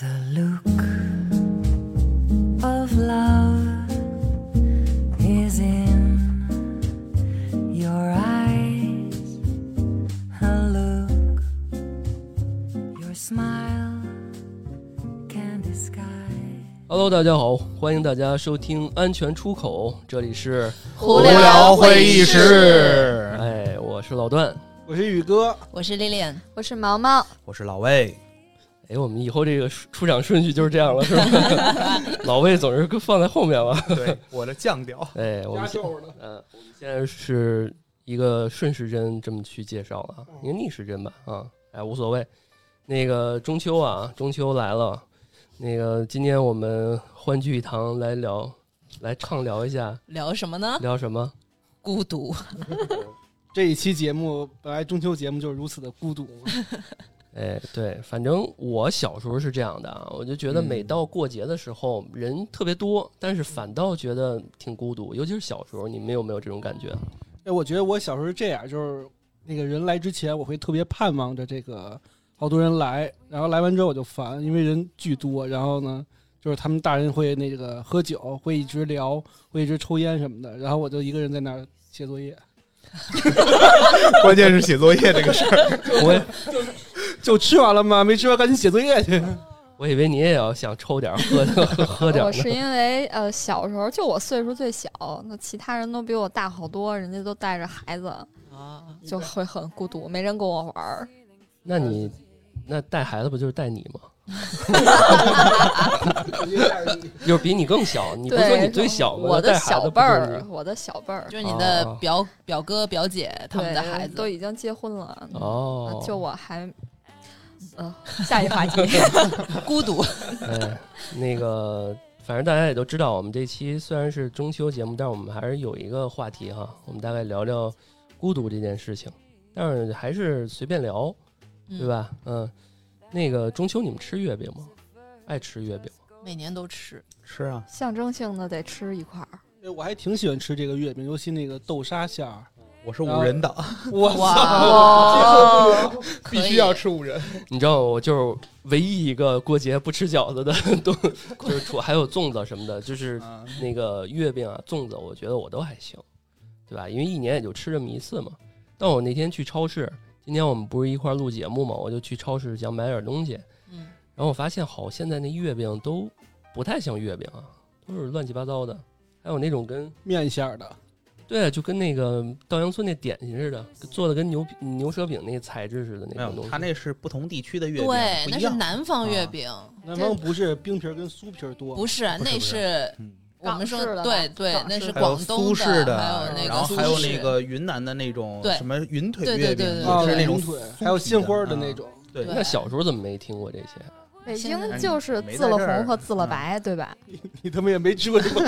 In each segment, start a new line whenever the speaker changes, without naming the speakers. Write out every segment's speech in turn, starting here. the look of love is in your eyes. A look, your smile can disguise.
Hello，大家好，欢迎大家收听《安全出口》，这里是，
胡
无聊会议室，
哎，我是老段。
我是宇哥，
我是 Lilian，
我是毛毛，
我是老魏，
哎，我们以后这个出出场顺序就是这样了，是吧？老魏总是放在后面了。
对，我的酱调，
哎，我们现
轴呢？
嗯、我们现在是一个顺时针这么去介绍啊，一个逆时针吧啊，哎，无所谓。那个中秋啊，中秋来了，那个今天我们欢聚一堂来聊，来畅聊一下，
聊什么呢？
聊什么？
孤独。
哦
这一期节目本来中秋节目就是如此的孤 独嘛，
哎，对，反正我小时候是这样的啊，我就觉得每到过节的时候、人特别多，但是反倒觉得挺孤独，尤其是小时候，你们有没有这种感觉？
哎，我觉得我小时候是这样，就是那个人来之前，我会特别盼望着这个好多人来，然后来完之后我就烦，因为人巨多，然后呢，就是他们大人会那个喝酒，会一直聊，会一直抽烟什么的，然后我就一个人在那儿写作业，
关键是写作业这个事儿，
我也
酒吃完了吗？没吃完赶紧写作业去。
我以为你也要想抽点儿喝点儿喝点儿
我
呢
是。因为呃小时候就我岁数最小，那其他人都比我大好多，人家都带着孩子，
啊，
就会很孤独，没人跟我玩儿。
那你那带孩子不就是带你吗？ 就是比你更小，你不是说
对，
你最小吗？
我
那带
的
孩子
小
不
辈
就是
儿
你，
我的小辈儿，
就是你的
哦
表、表哥、表姐他们的
对
孩子
都已经结婚了，啊
哦，
就我还，嗯，下一话题，
孤独。
哎，那个，反正大家也都知道，我们这期虽然是中秋节目，但是我们还是有一个话题哈，我们大概聊聊孤独这件事情，但是还是随便聊，对吧？嗯，那个中秋你们吃月饼吗？爱吃月饼吗？
嗯？每年都 吃，
是啊，
象征性的得吃一块儿。
哎我还挺喜欢吃这个月饼，尤其那个豆沙馅儿，
我是五人党，
我
哇，可以
哦必须要吃五人。
你知道我就是唯一一个过节不吃饺子的 都，就是除还有粽子什么的，就是
嗯
啊
那个月饼啊、粽子，我觉得我都还行，对吧？因为一年也就吃这么一次嘛。但我那天去超市，今天我们不是一块儿录节目嘛，我就去超市想买点东西，
嗯，
然后我发现好，现在那月饼都不太像月饼啊，都是乱七八糟的，还有那种跟
面馅儿的，
对，啊就跟那个稻香村那点心似的，做的跟牛皮牛舌饼那材质似的
没
那种东
有，
西。
他那是不同地区的月饼，
对，
不
那
一
是
样。啊
南方月饼，
南方不是冰皮儿跟酥皮儿多，
不是，啊
不是
那是
嗯
我们说
港式的吧
对对
港，式的
那是
还有
广东
苏式
的，
的，
还有那
然
个
后
苏
还有
式
那个云南的那种
对
什么云腿
对
月
对
饼，
对对
啊
也是那种
冷腿
酥皮，的
还有杏花儿的那。
嗯
种。
对，
那小时候怎么没听过这些？
北
哎现
京
在
就是
没
自
在
了
这儿
红和自了
嗯
白，对吧？
你他妈也没吃过这个，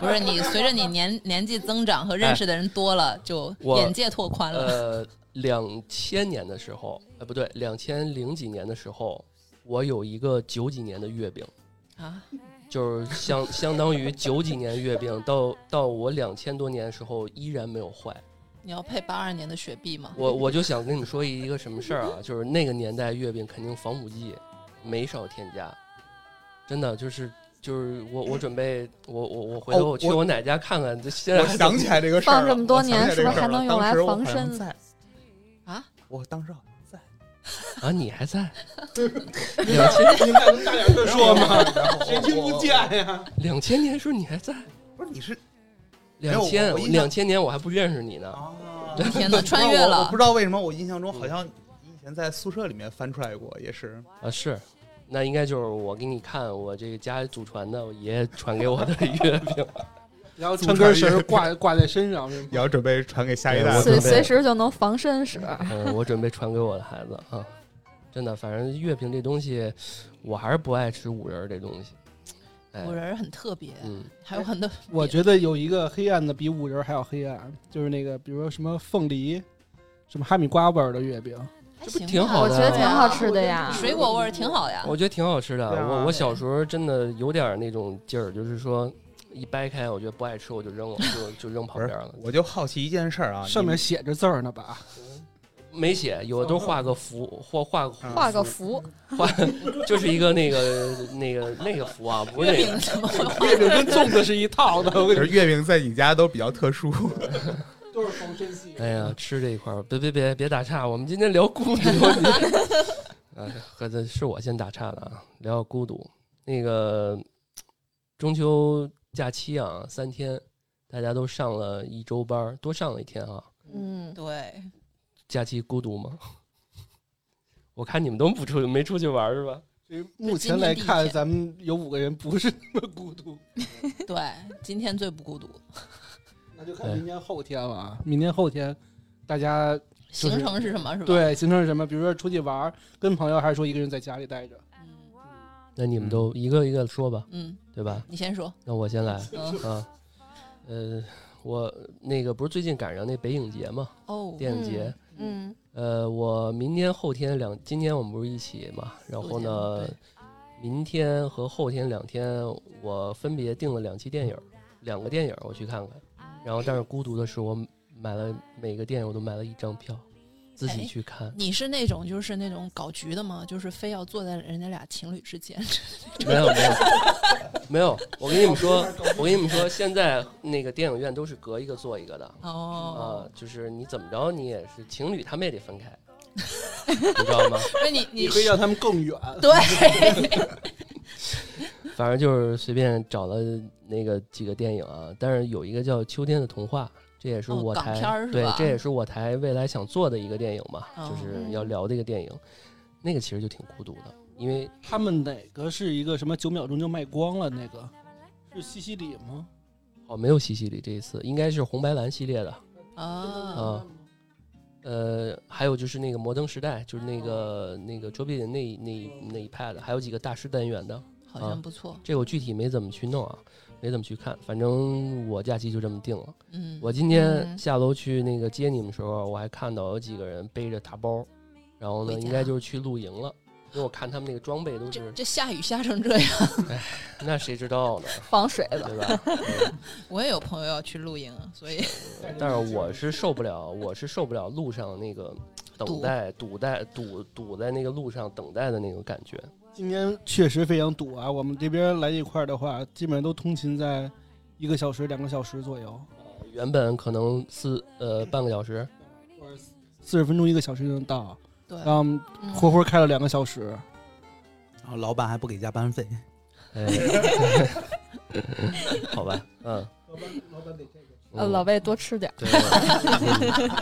不是你随着你 年年纪增长和认识的人多
哎
了，就
我
眼界拓宽了。
呃，两千年的时候，哎，不对，两千零几年的时候，我有一个九几年的月饼，
呃
啊，
就是相 相当于九几年月饼，到到我两千多年的时候依然没有坏。
你要配八二年的雪碧吗？
我我就想跟你说一个什么事儿啊，就是那个年代月饼肯定防腐剂没少添加，真的就是。就是我，我准备我我我回头
哦
我去
我
我奶家看看，这现在
我想起来这个事儿了，
放这么多
我想起来
年
这个
是不是还能
事儿了
用来
当时我
防
好像
身
在
啊，
我当时好像在，
啊，你还在？
你再能大点声说吗？谁听不见呀？
两千年的时候你还在？
不是你是没有
两千
我印象
两千年我还不认识你呢。
啊？
天哪， 穿越
我
了
我不！知道为什么，我印象中好像以前在宿舍里面翻出来过，也是
啊，是，那应该就是我给你看我这个家祖传的，我爷爷传给我的 月饼。
然后穿根绳儿挂挂在身上，
也要准备传给下一代
对我
了。
准
随
备
随时就能防身使。
嗯，我准备传给我的孩子啊。真的，反正月饼这东西，我还是不爱吃五仁儿这东西。哎
五，仁儿很特别，
嗯，
还有很多别的。
我觉得有一个黑暗的比五仁儿还要黑暗，就是那个比如说什么凤梨、什么哈密瓜味儿的月饼，
还
这不
行
挺
吧
好
我
的
觉得
啊
挺好吃的呀。
水果味儿挺好呀。
我觉得挺好吃的。
对啊
我我
对
小时候真的有点儿那种劲儿，就是说一掰开，我觉得不爱吃，我就扔了，就就扔旁
不是
边儿了。
我就好奇一件事儿啊，
上面
你
写着字儿呢吧？
没写，有的都画个符，或画个
啊
画个符，
画，就是一个那个那个那个符啊，不是
月
那个
饼怎么会
月饼跟粽子是一套的，我
可
跟你
是月饼在你家都比较特殊，
说，都是缝针线
哎呀，吃这一块儿，别别别别打岔，我们今天聊孤独。你哎，和这是我先打岔的啊，聊孤独。那个中秋假期啊，三天，大家都上了一周班儿，多上了一天啊。
嗯，
对，
假期孤独吗？我看你们都不出去，没出去玩儿是吧？
这目前来看，咱们有五个人不是那么孤独，
对，今天最不孤独，
那就看明天后天了啊！明天后天，大家是
行程是什么？是吧？
对形成是什么？比如说出去玩儿，跟朋友，还是说一个人在家里待着？
嗯，
那你们都一个一个说吧，
嗯，
对吧？
你先说。
那我先来
嗯，
啊，呃，我那个不是最近赶上那北影节嘛，
哦，
电影节，
嗯，
呃，我明天、后天两，今天我们不是一起嘛？然后呢，明天和后天两天，我分别订了两期电影，两个电影我去看看。然后，但是孤独的是，我买了每个电影我都买了一张票，自己
哎
去看。
你是那种就是那种搞局的吗？就是非要坐在人家俩情侣之间？
没有，没有，没有。 我跟你们说，我跟你们说，现在那个电影院都是隔一个坐一个的啊、
哦，
就是你怎么着，你也是情侣，他们也得分开，你知道吗？
那你
你
你
可以让他们更远。
对，
反正就是随便找了那个几个电影啊，但是有一个叫《秋天的童话》，这也是
哦
我
港
台、
片儿是
对
吧，
这也是我台未来想做的一个电影嘛，
哦
就是要聊的一个电影。那个其实就挺孤独的，因为
他们哪个是一个什么九秒钟就卖光了？那个是西西里吗？
哦没有西西里这一次，应该是红白蓝系列的，
啊，
啊呃，还有就是那个《摩登时代》，就是那个那个卓别林那一那一那一派的，还有几个大师单元的，
好像不错。
这我具体没怎么去弄啊，没怎么去看，反正我假期就这么定了。
嗯，
我今天
嗯
下楼去那个接你们的时候，啊我还看到有几个人背着大包，然后呢，
回家
应该就是去露营了，因为我看他们那个装备都
这
是，
这下雨下成这样，
那谁知道呢，
防水的，
对吧？嗯
我也有朋友要去露营，所以
但是我是受不了，我是受不了路上那个等
堵
待、堵待、堵堵在那个路上等待的那种感觉。
今天确实非常堵啊！我们这边来一块儿的话，基本上都通勤在一个小时、两个小时左右，
原本可能四呃半个小时，
四十分钟一个小时就能到，
对，
然后我们
嗯
活活开了两个小时。
然后老板还不给加班费，
哎， 好吧，嗯，
哦
呃，老魏多吃点儿。
对，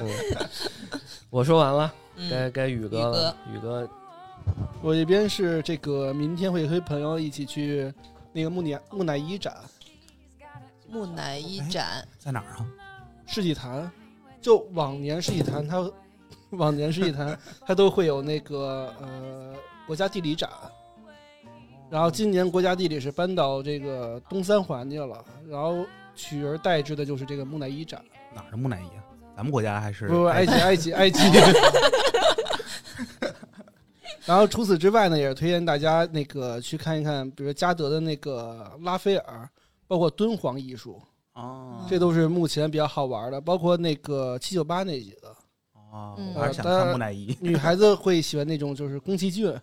嗯 嗯，我说完了。该
嗯，
该宇哥了，宇哥
我这边是这个，明天会和朋友一起去那个木乃木乃伊展
木乃伊展，
在哪儿啊？
世纪坛，就往年世纪坛它往年世纪坛它都会有那个呃国家地理展，然后今年国家地理是搬到这个东三环去了，然后取而代之的就是这个木乃伊展，
哪儿的木乃伊啊？咱们国家还是哎哦
不不埃及埃及埃及。 然后除此之外呢，也是推荐大家那个去看一看，比如嘉德的那个拉斐尔，包括敦煌艺术，
哦
这都是目前比较好玩的，包括那个七九八那几个。
哦，
呃
嗯
我还是想看木乃伊。
女孩子会喜欢那种就是宫崎骏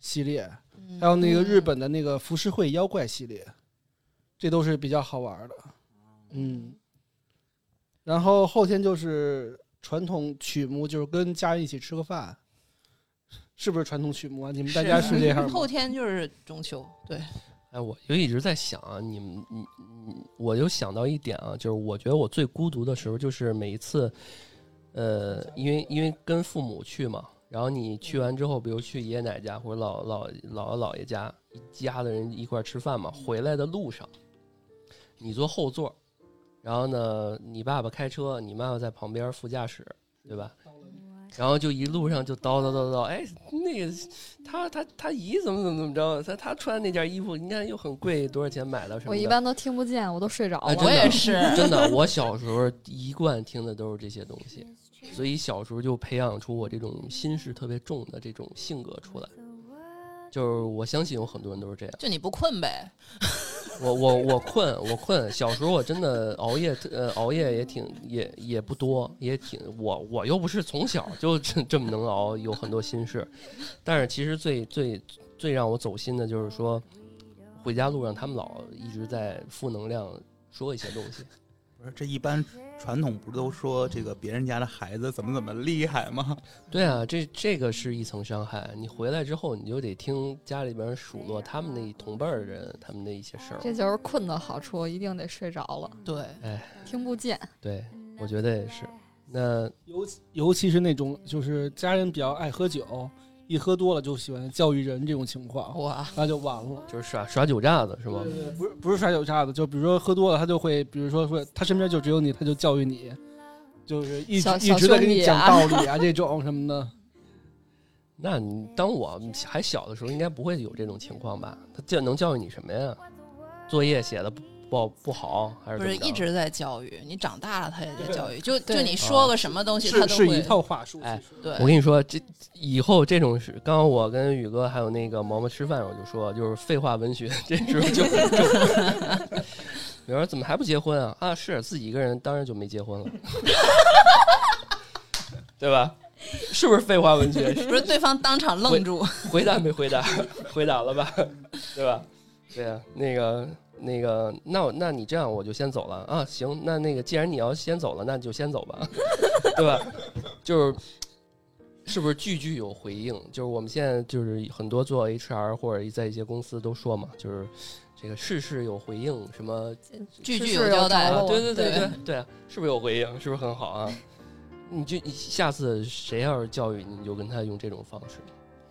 系列，
嗯
还有那个日本的那个浮世绘妖怪系列，这都是比较好玩的。
哦
嗯，然后后天就是传统曲目，就是跟家人一起吃个饭，是不是传统曲目啊？你们大家是这样吗
后？天就是中秋，对，
哎，我就一直在想啊，你们，你，你，我就想到一点啊，就是我觉得我最孤独的时候，就是每一次，呃，因为因为跟父母去嘛，然后你去完之后，比如去爷爷奶奶家或者老老姥姥姥爷家，一家的人一块儿吃饭嘛，回来的路上，你坐后座，然后呢，你爸爸开车，你妈妈在旁边副驾驶，对吧？
嗯
然后就一路上就叨叨叨叨，哎，那个他他他姨怎么怎么怎么着，他他穿那件衣服，你看又很贵，多少钱买的什么的。
我一般都听不见，我都睡着
哎
了
真。的
我也是，
真的，我小时候一贯听的都是这些东西，所以小时候就培养出我这种心事特别重的这种性格出来。就是我相信有很多人都是这样，
就你不困呗？
我我我困，我困。小时候我真的熬夜，呃，熬夜也挺也也不多，也挺我我又不是从小就这这么能熬，有很多心事。但是其实最最最让我走心的就是说，回家路上他们老一直在负能量说一些东西。
不是这一般传统不是都说这个别人家的孩子怎么怎么厉害吗？
对啊，这这个是一层伤害。你回来之后，你就得听家里边数落他们那同辈儿人，他们的一些事儿。
这就是困的好处，一定得睡着了，
嗯
对，
嗯
听不见。
对，我觉得也是。那
尤其尤其是那种就是家人比较爱喝酒，一喝多了就喜欢教育人这种情况，
哇，
那就完了。
就是耍耍酒架子是吗？
对对，不是不是耍酒渣子，就比如说喝多了，他就会，比如说会，他身边就只有你，他就教育你，就是一直
小
一直在跟你
小
讲道理啊这种什么的。
那你当我还小的时候，应该不会有这种情况吧？他教能教育你什么呀？作业写的不不不好，还是
不
怎么
是
着
一直在教育，你长大了他也在教育，就
对
就你说个什么东西他
啊是
都
是一
会，
套话术。
哎
其实
我
对，
跟你说，这以后这种事，刚刚我跟宇哥还有那个毛毛吃饭，我就说，就是废话文学， 这时候就有人说怎么还不结婚啊？啊，是自己一个人，当然就没结婚了， 对吧？是不是废话文学？
不是对方当场愣住，
回答没回答？回答了吧？对吧？对啊，那个那个，那我那你这样我就先走了啊。行，那那个既然你要先走了，那你就先走吧， 对吧？就是是不是句句有回应？就是我们现在就是很多做 HR 或者在一些公司都说嘛，就是这个事事有回应，什么
句
是不
句
是
有交代
着
啊，
落
对对对
对
对对啊，是不是有回应？是不是很好啊？你就你下次谁要是教育你，你就跟他用这种方式，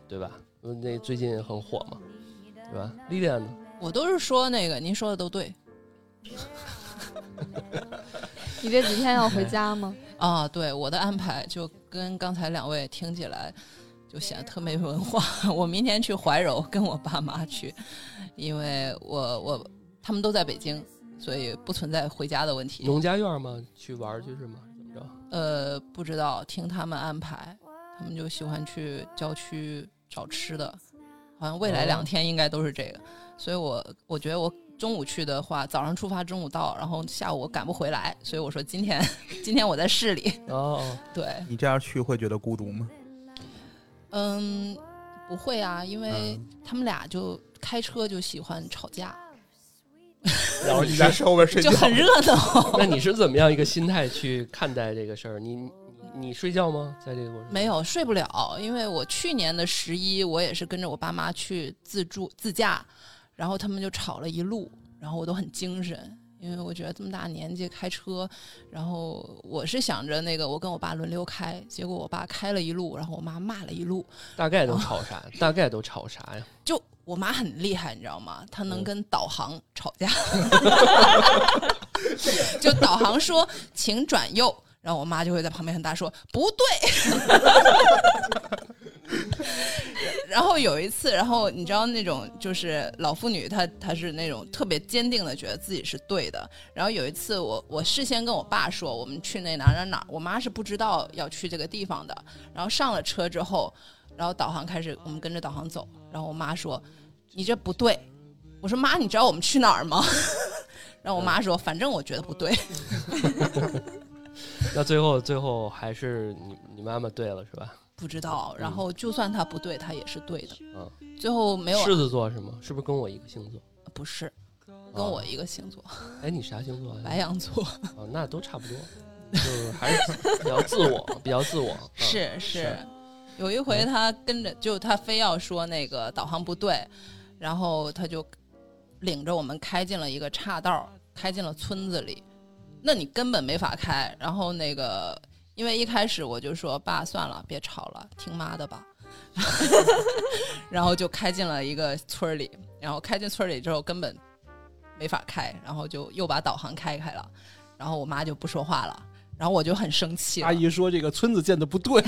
对吧？嗯那最近很火嘛，对吧？莉莉安呢？
我都是说那个您说的都对
你这几天要回家吗？
啊，对我的安排就跟刚才两位听起来就显得特没文化。 我明天去怀柔跟我爸妈去，因为我我他们都在北京，所以不存在回家的问题。
农家院嘛，去玩儿去是吗？怎么着？
呃，不知道，听他们安排，他们就喜欢去郊区找吃的，好像未来两天应该都是这个，所以我我觉得我中午去的话，早上出发，中午到，然后下午我赶不回来，所以我说今天今天我在市里，
哦，哦
对，
你这样去会觉得孤独吗？
嗯，不会啊，因为
嗯
他们俩就开车就喜欢吵架，
然后
你
你
在
是
后边睡
就
觉，
很热闹。
哦 那你是怎么样一个心态去看待这个事儿？你你你睡觉吗？在这个过程中
没有睡不了，因为我去年的十一，我也是跟着我爸妈去自助自驾，然后他们就吵了一路，然后我都很精神，因为我觉得这么大年纪开车，然后我是想着那个我跟我爸轮流开，结果我爸开了一路，然后我妈骂了一路，
大概都吵啥？大概都吵啥呀？
就我妈很厉害，你知道吗？她能
嗯
跟导航吵架， 就导航说请转右，然后我妈就会在旁边很大说不对。 然后有一次，然后你知道那种就是老妇女她，她是那种特别坚定的觉得自己是对的。然后有一次我，我事先跟我爸说我们去那哪哪哪儿，我妈是不知道要去这个地方的。然后上了车之后，然后导航开始，我们跟着导航走。然后我妈说：“你这不对。”我说：“妈，你知道我们去哪儿吗？” 然后我妈说：“反正我觉得不对。
那最后最后还是你你妈妈对了是吧？”
不知道。然后就算她不对，她也是对的。
嗯
最后没有啊
狮子座是啊吗？是不是跟我一个星座？哦
不是跟我一个星座，
哎，你啥星座啊？
白羊座。
哦，那都差不多，就是还是比较自我，比较自我。啊
是是，有一回他跟着，就他非要说那个导航不对，然后他就领着我们开进了一个岔道儿，开进了村子里。那你根本没法开。然后那个，因为一开始我就说爸，算了，别吵了，听妈的吧。 然后就开进了一个村儿里，然后开进村儿里之后根本没法开，然后就又把导航开开了，然后我妈就不说话了，然后我就很生气了。
阿姨说这个村子建的不对，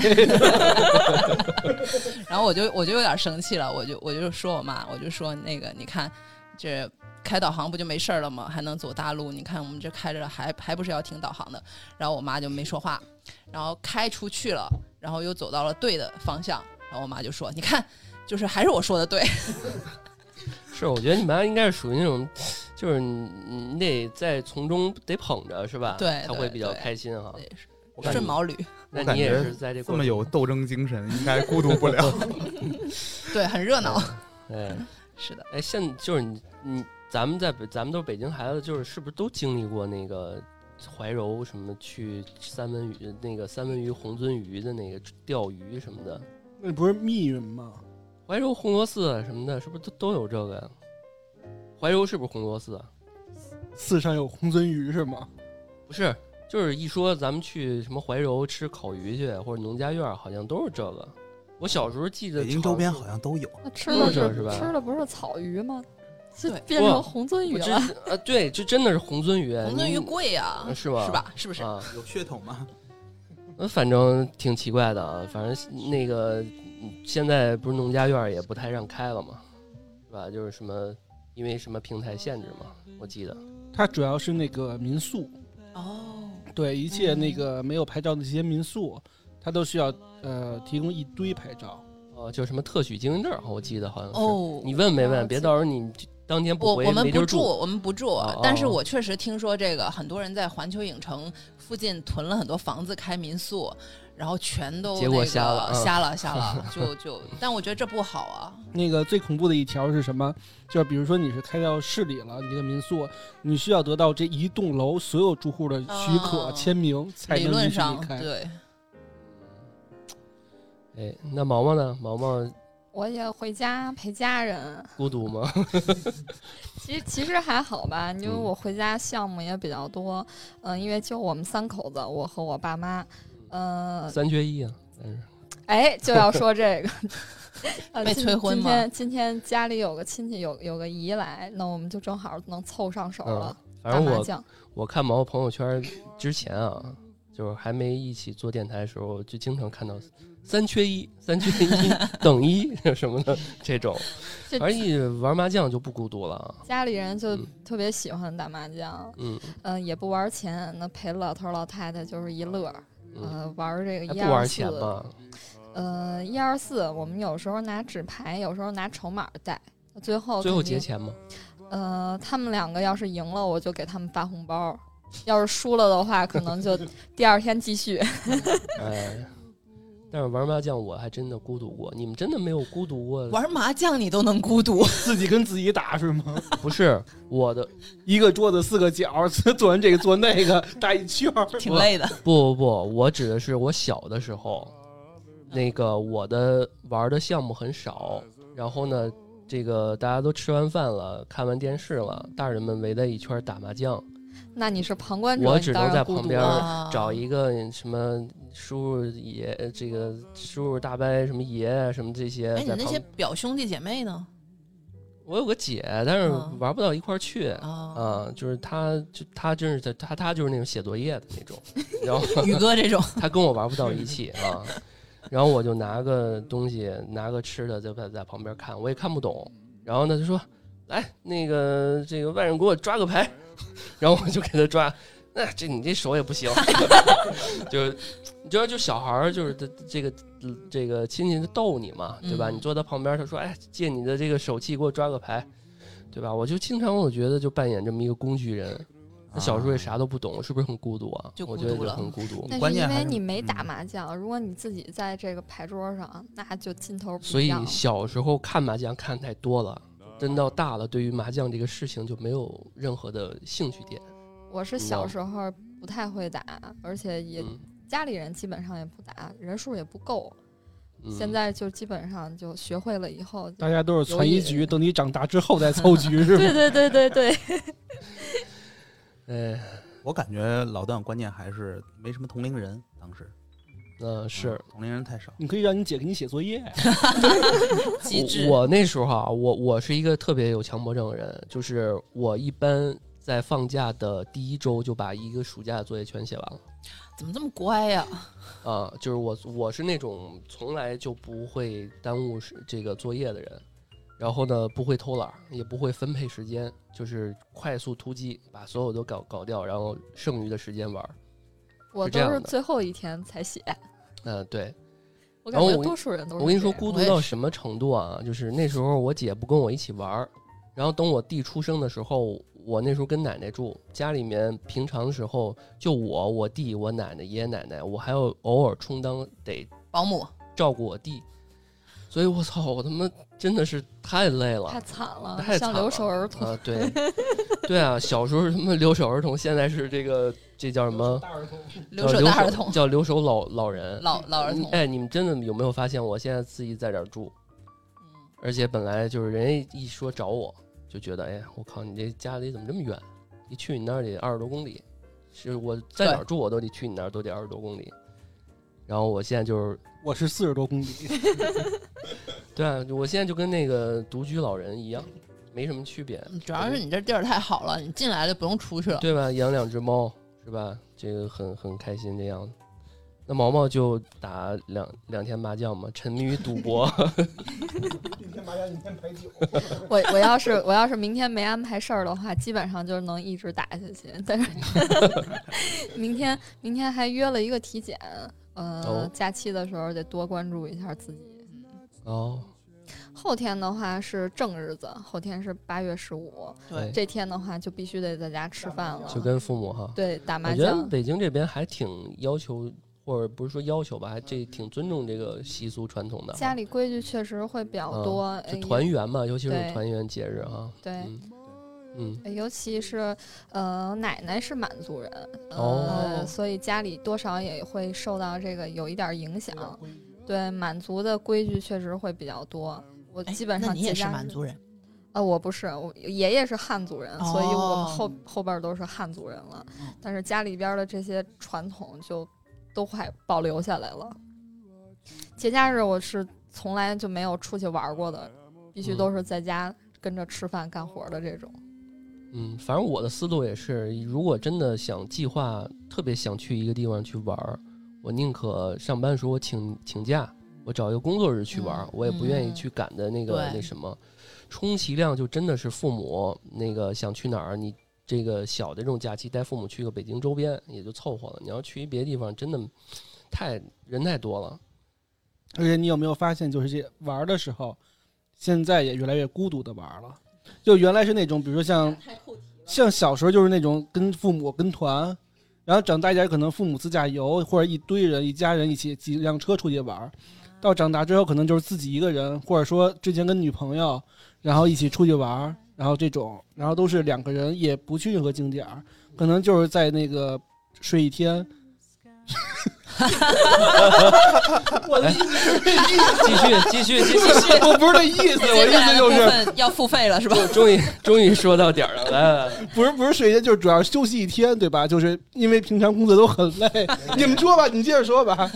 然后我就我就有点生气了，我就我就说我妈，我就说那个你看这开导航不就没事儿了吗？还能走大路？你看我们这开着还还不是要听导航的？然后我妈就没说话，然后开出去了，然后又走到了对的方向，然后我妈就说你看。就是还是我说的对，
是，我觉得你妈应该是属于那种就是你你得在从中得捧着是吧？
对
他
对
会比较
对
开心哈。
对是
我感
顺
觉，
毛驴，
那
我感
你也
觉
是在这
这
过
么有斗争精神，应该孤独 不了。
对，很热闹。
程 中。哎
是的，
哎，现就是你你咱们在北，咱们都是北京孩子，就是是不是都经历过那个怀柔什么去三文鱼那个三文鱼红鳟鱼的那个钓鱼什么的，
那不是密云吗？
怀柔红螺寺什么的，是不是都都有这个呀？怀柔是不是红螺寺啊？
寺上有红鳟鱼是吗？
不是，就是一说咱们去什么怀柔吃烤鱼去，或者农家院儿，好像都是这个。我小时候记得
北京
炒
周边
作
好像都有，
那吃的
是
是
是吧
吃的不是草鱼吗？这
对
变成红鳟鱼
我
了。
真啊，对，这真的是红鳟鱼，
红鳟鱼
您
贵呀
啊，呃是吧
是吧？是不是？
啊，
有血统吗？
呃反正挺奇怪的啊。反正那个嗯现在不是农家院儿也不太让开了嘛，是吧？就是什么因为什么平台限制嘛，我记得。
它主要是那个民宿，
哦，
对一切那个没有牌照的这些民宿，它都需要呃提供一堆牌照。
哦，就什么特许经营证儿，我记得好像是。
哦
你问没
了
问？
解
别到时候你当天
我
回，
我们
没地
不
儿
住，我们不住
哦哦，
但是我确实听说这个很多人在环球影城附近囤了很多房子开民宿，然后全都
结果
那个
瞎了嗯
瞎了 瞎了，就就，但我觉得这不好啊。
那个最恐怖的一条是什么？就是比如说你是开到市里了，你这个民宿，你需要得到这一栋楼所有住户的许可、
哦
签名才
理
能
论
允许你
上
开。
对，
嗯哎，那毛毛呢？毛毛
我也回家陪家人，
孤独 吗？
其实其实还好吧，因为
嗯
我回家项目也比较多，嗯、因为就我们三口子，我和我爸妈，嗯、
三缺一啊，但是
哎，就要说这 个。呃
被
今
催婚
今
吗
天今天家里有个亲戚有有个姨来，那我们就正好能凑上手
嗯
了，
反
打
正
麻
我
将。
我看毛朋友圈之前啊，就是还没一起做电台的时候，就经常看到三缺一、三缺一 等一什么的这种，
这
而一玩麻将就不孤独了啊。
家里人就
嗯
特别喜欢打麻将，
嗯
嗯、也不玩钱，那陪老头老太太就是一乐，
嗯，
呃，玩这
还
个一
不
二
玩钱
四，
吗？
呃，一二四，我们有时候拿纸牌，有时候拿筹码带，最后
最后
肯
结
定
钱吗？
呃，他们两个要是赢了，我就给他们发红包；要是输了的话，可能就第二天继续。
哎，但是玩麻将我还真的孤独过，你们真的没有孤独过？
玩麻将你都能孤独，
自己跟自己打是吗？
不是我的，
一个桌子四个角，做完这个做那个，打一圈儿。
挺累的。
不不不，我指的是我小的时候，那个我的玩的项目很少，然后呢，这个大家都吃完饭了，看完电视了，大人们围在一圈儿打麻将，
那你是旁观者，
我
你
只
当
能
然
在
孤
旁
独
边
了
啊
找一个什么叔叔爷，这个叔叔大伯什么爷啊什么这些
哎，你
在
那
旁
些。表兄弟姐妹呢？
我有个姐，但是
嗯
玩不到一块儿去。
啊，
啊，就是她，就她真是她，她她就是那种写作业的那 种，然后
宇哥 这 种，
他跟我玩不到一起啊。然后我就拿个东西，拿个吃的，就在在旁边看，我也看不懂。然后呢，他说：“来，那个这个外人给我抓个牌。” 然后我就给他抓，那、这你这手也不行， 就是你知道，就小孩儿就是他这个这个亲戚他逗你嘛，对吧？
嗯
你坐在旁边，他说：“哎，借你的这个手气给我抓个牌，对吧？”我就经常我觉得就扮演这么一个工具人。那小时候也啥都不懂，是不是很孤独啊？
啊就
我
孤
觉得
独
就
了
很孤独。
但
关
是
键
因
还
为
是
你没
嗯
打麻将，如果你自己在这个牌桌上，那就劲头不
所
一
以
样了。
小时候看麻将看太多了，真到大了，对于麻将这个事情就没有任何的兴趣点。
我是
你知道
小
吗
时候不太会打，而且也、
嗯
家里人基本上也不打，人数也不够。
嗯、
现在就基本上就学会了以后，
大家都是攒一局，等你长大之后再凑局是
对
吗？
对对对对，
哎，
我感觉老段关键还是没什么同龄人，当时
那是
嗯同龄人太少。
你可以让你姐给你写作业，
极致
我我那时候啊，我我是一个特别有强迫症的人，就是我一般在放假的第一周就把一个暑假的作业全写完了。
怎么这么乖呀？
啊，就是我我是那种从来就不会耽误时这个作业的人，然后呢不会偷懒儿，也不会分配时间，就是快速突击把所有都搞搞掉，然后剩余的时间玩儿。
我
是这
都
样
是
的
最后一天才写。
嗯、对
我
然
感
后
觉
我
多数人都是
我跟你
这
说
样
孤
我
独
也
到
是
什么程度啊？就是那时候我姐不跟我一起玩儿，然后等我弟出生的时候，我那时候跟奶奶住，家里面平常的时候就我、我弟、我奶奶、爷爷奶奶，我还有偶尔充当得
保姆
照顾我弟，所以我操，我他妈真的是太累了，
太惨了
太，惨
像
了
留守儿童。
啊，对，对啊，小时候是他妈留守儿童，现在是这个这叫什么？
留
叫
守大儿童、
叫留守老老人。
老老儿童。
哎，你们真的有没有发现，我现在自己在这儿住，
嗯
而且本来就是人家一说找我，就觉得哎呀，我靠，你这家离怎么这么远？一去你那儿得二十多公里，是我在哪儿住我都得去你那儿都得二十多公里。然后我现在就是，
我是四十多公里，
对啊，我现在就跟那个独居老人一样，没什么区别。
嗯主要是你这地儿太好了，你进来就不用出去了。
对吧？养两只猫是吧？这个很很开心这样子。那毛毛就打两两天麻将嘛，沉迷于赌博。
一天麻将一天陪酒，
我我要是我要是明天没安排事儿的话，基本上就是能一直打下去。但是 明天明天还约了一个体检，呃，
哦
假期的时候得多关注一下自己。
哦，
后天的话是正日子，后天是八月十五，
对
这天的话就必须得在家吃饭了。
就哎跟父母哈。
对打
我
麻
觉得
将，
北京这边还挺要求，或者不是说要求吧，还这挺尊重这个习俗传统的。
家里规矩确实会比较
嗯
多。哎
就团圆嘛，尤其是
对
团圆节日啊。
对，哎
嗯嗯，
尤其是呃，奶奶是满族人，
哦
呃，所以家里多少也会受到这个有一点影响。对，满族的规矩确实会比较多。我基本上
哎那你
节
也是
假
满
日
族人，
呃，我不是，我爷爷是汉族人，所以我
哦
们后后边儿都是汉族人了。但是家里边儿的这些传统就都还保留下来了。节假日我是从来就没有出去玩儿过的，必须
嗯
都是在家跟着吃饭干活儿的这种。
嗯，反正我的思路也是，如果真的想计划，特别想去一个地方去玩儿，我宁可上班的时候我请请假，我找一个工作日去玩儿，
嗯
我也不愿意去赶的那个、
对
那什么。充其量就真的是父母那个想去哪儿，你这个小的这种假期带父母去个北京周边也就凑合了。你要去一别的地方，真的太人太多了。
而且你有没有发现，就是这玩儿的时候，现在也越来越孤独的玩儿了。就原来是那种，比如说像像小时候就是那种跟父母跟团，然后长大一点可能父母自驾游或者一堆人一家人一起几辆车出去玩儿。到长大之后，可能就是自己一个人，或者说之前跟女朋友，然后一起出去玩儿，然后这种，然后都是两个人，也不去任何景点儿，可能就是在那个睡一天。 我的意思是这意思，
哎继续，继续，继续。
我不是这意 思，我
接
意
下来
思
的
就
部
是
分要付费了是吧？
终于，终于说到点儿了，来来来，
不是不是睡一天，就是主要休息一天，对吧？就是因为平常工作都很累。你们说吧，你接着说吧。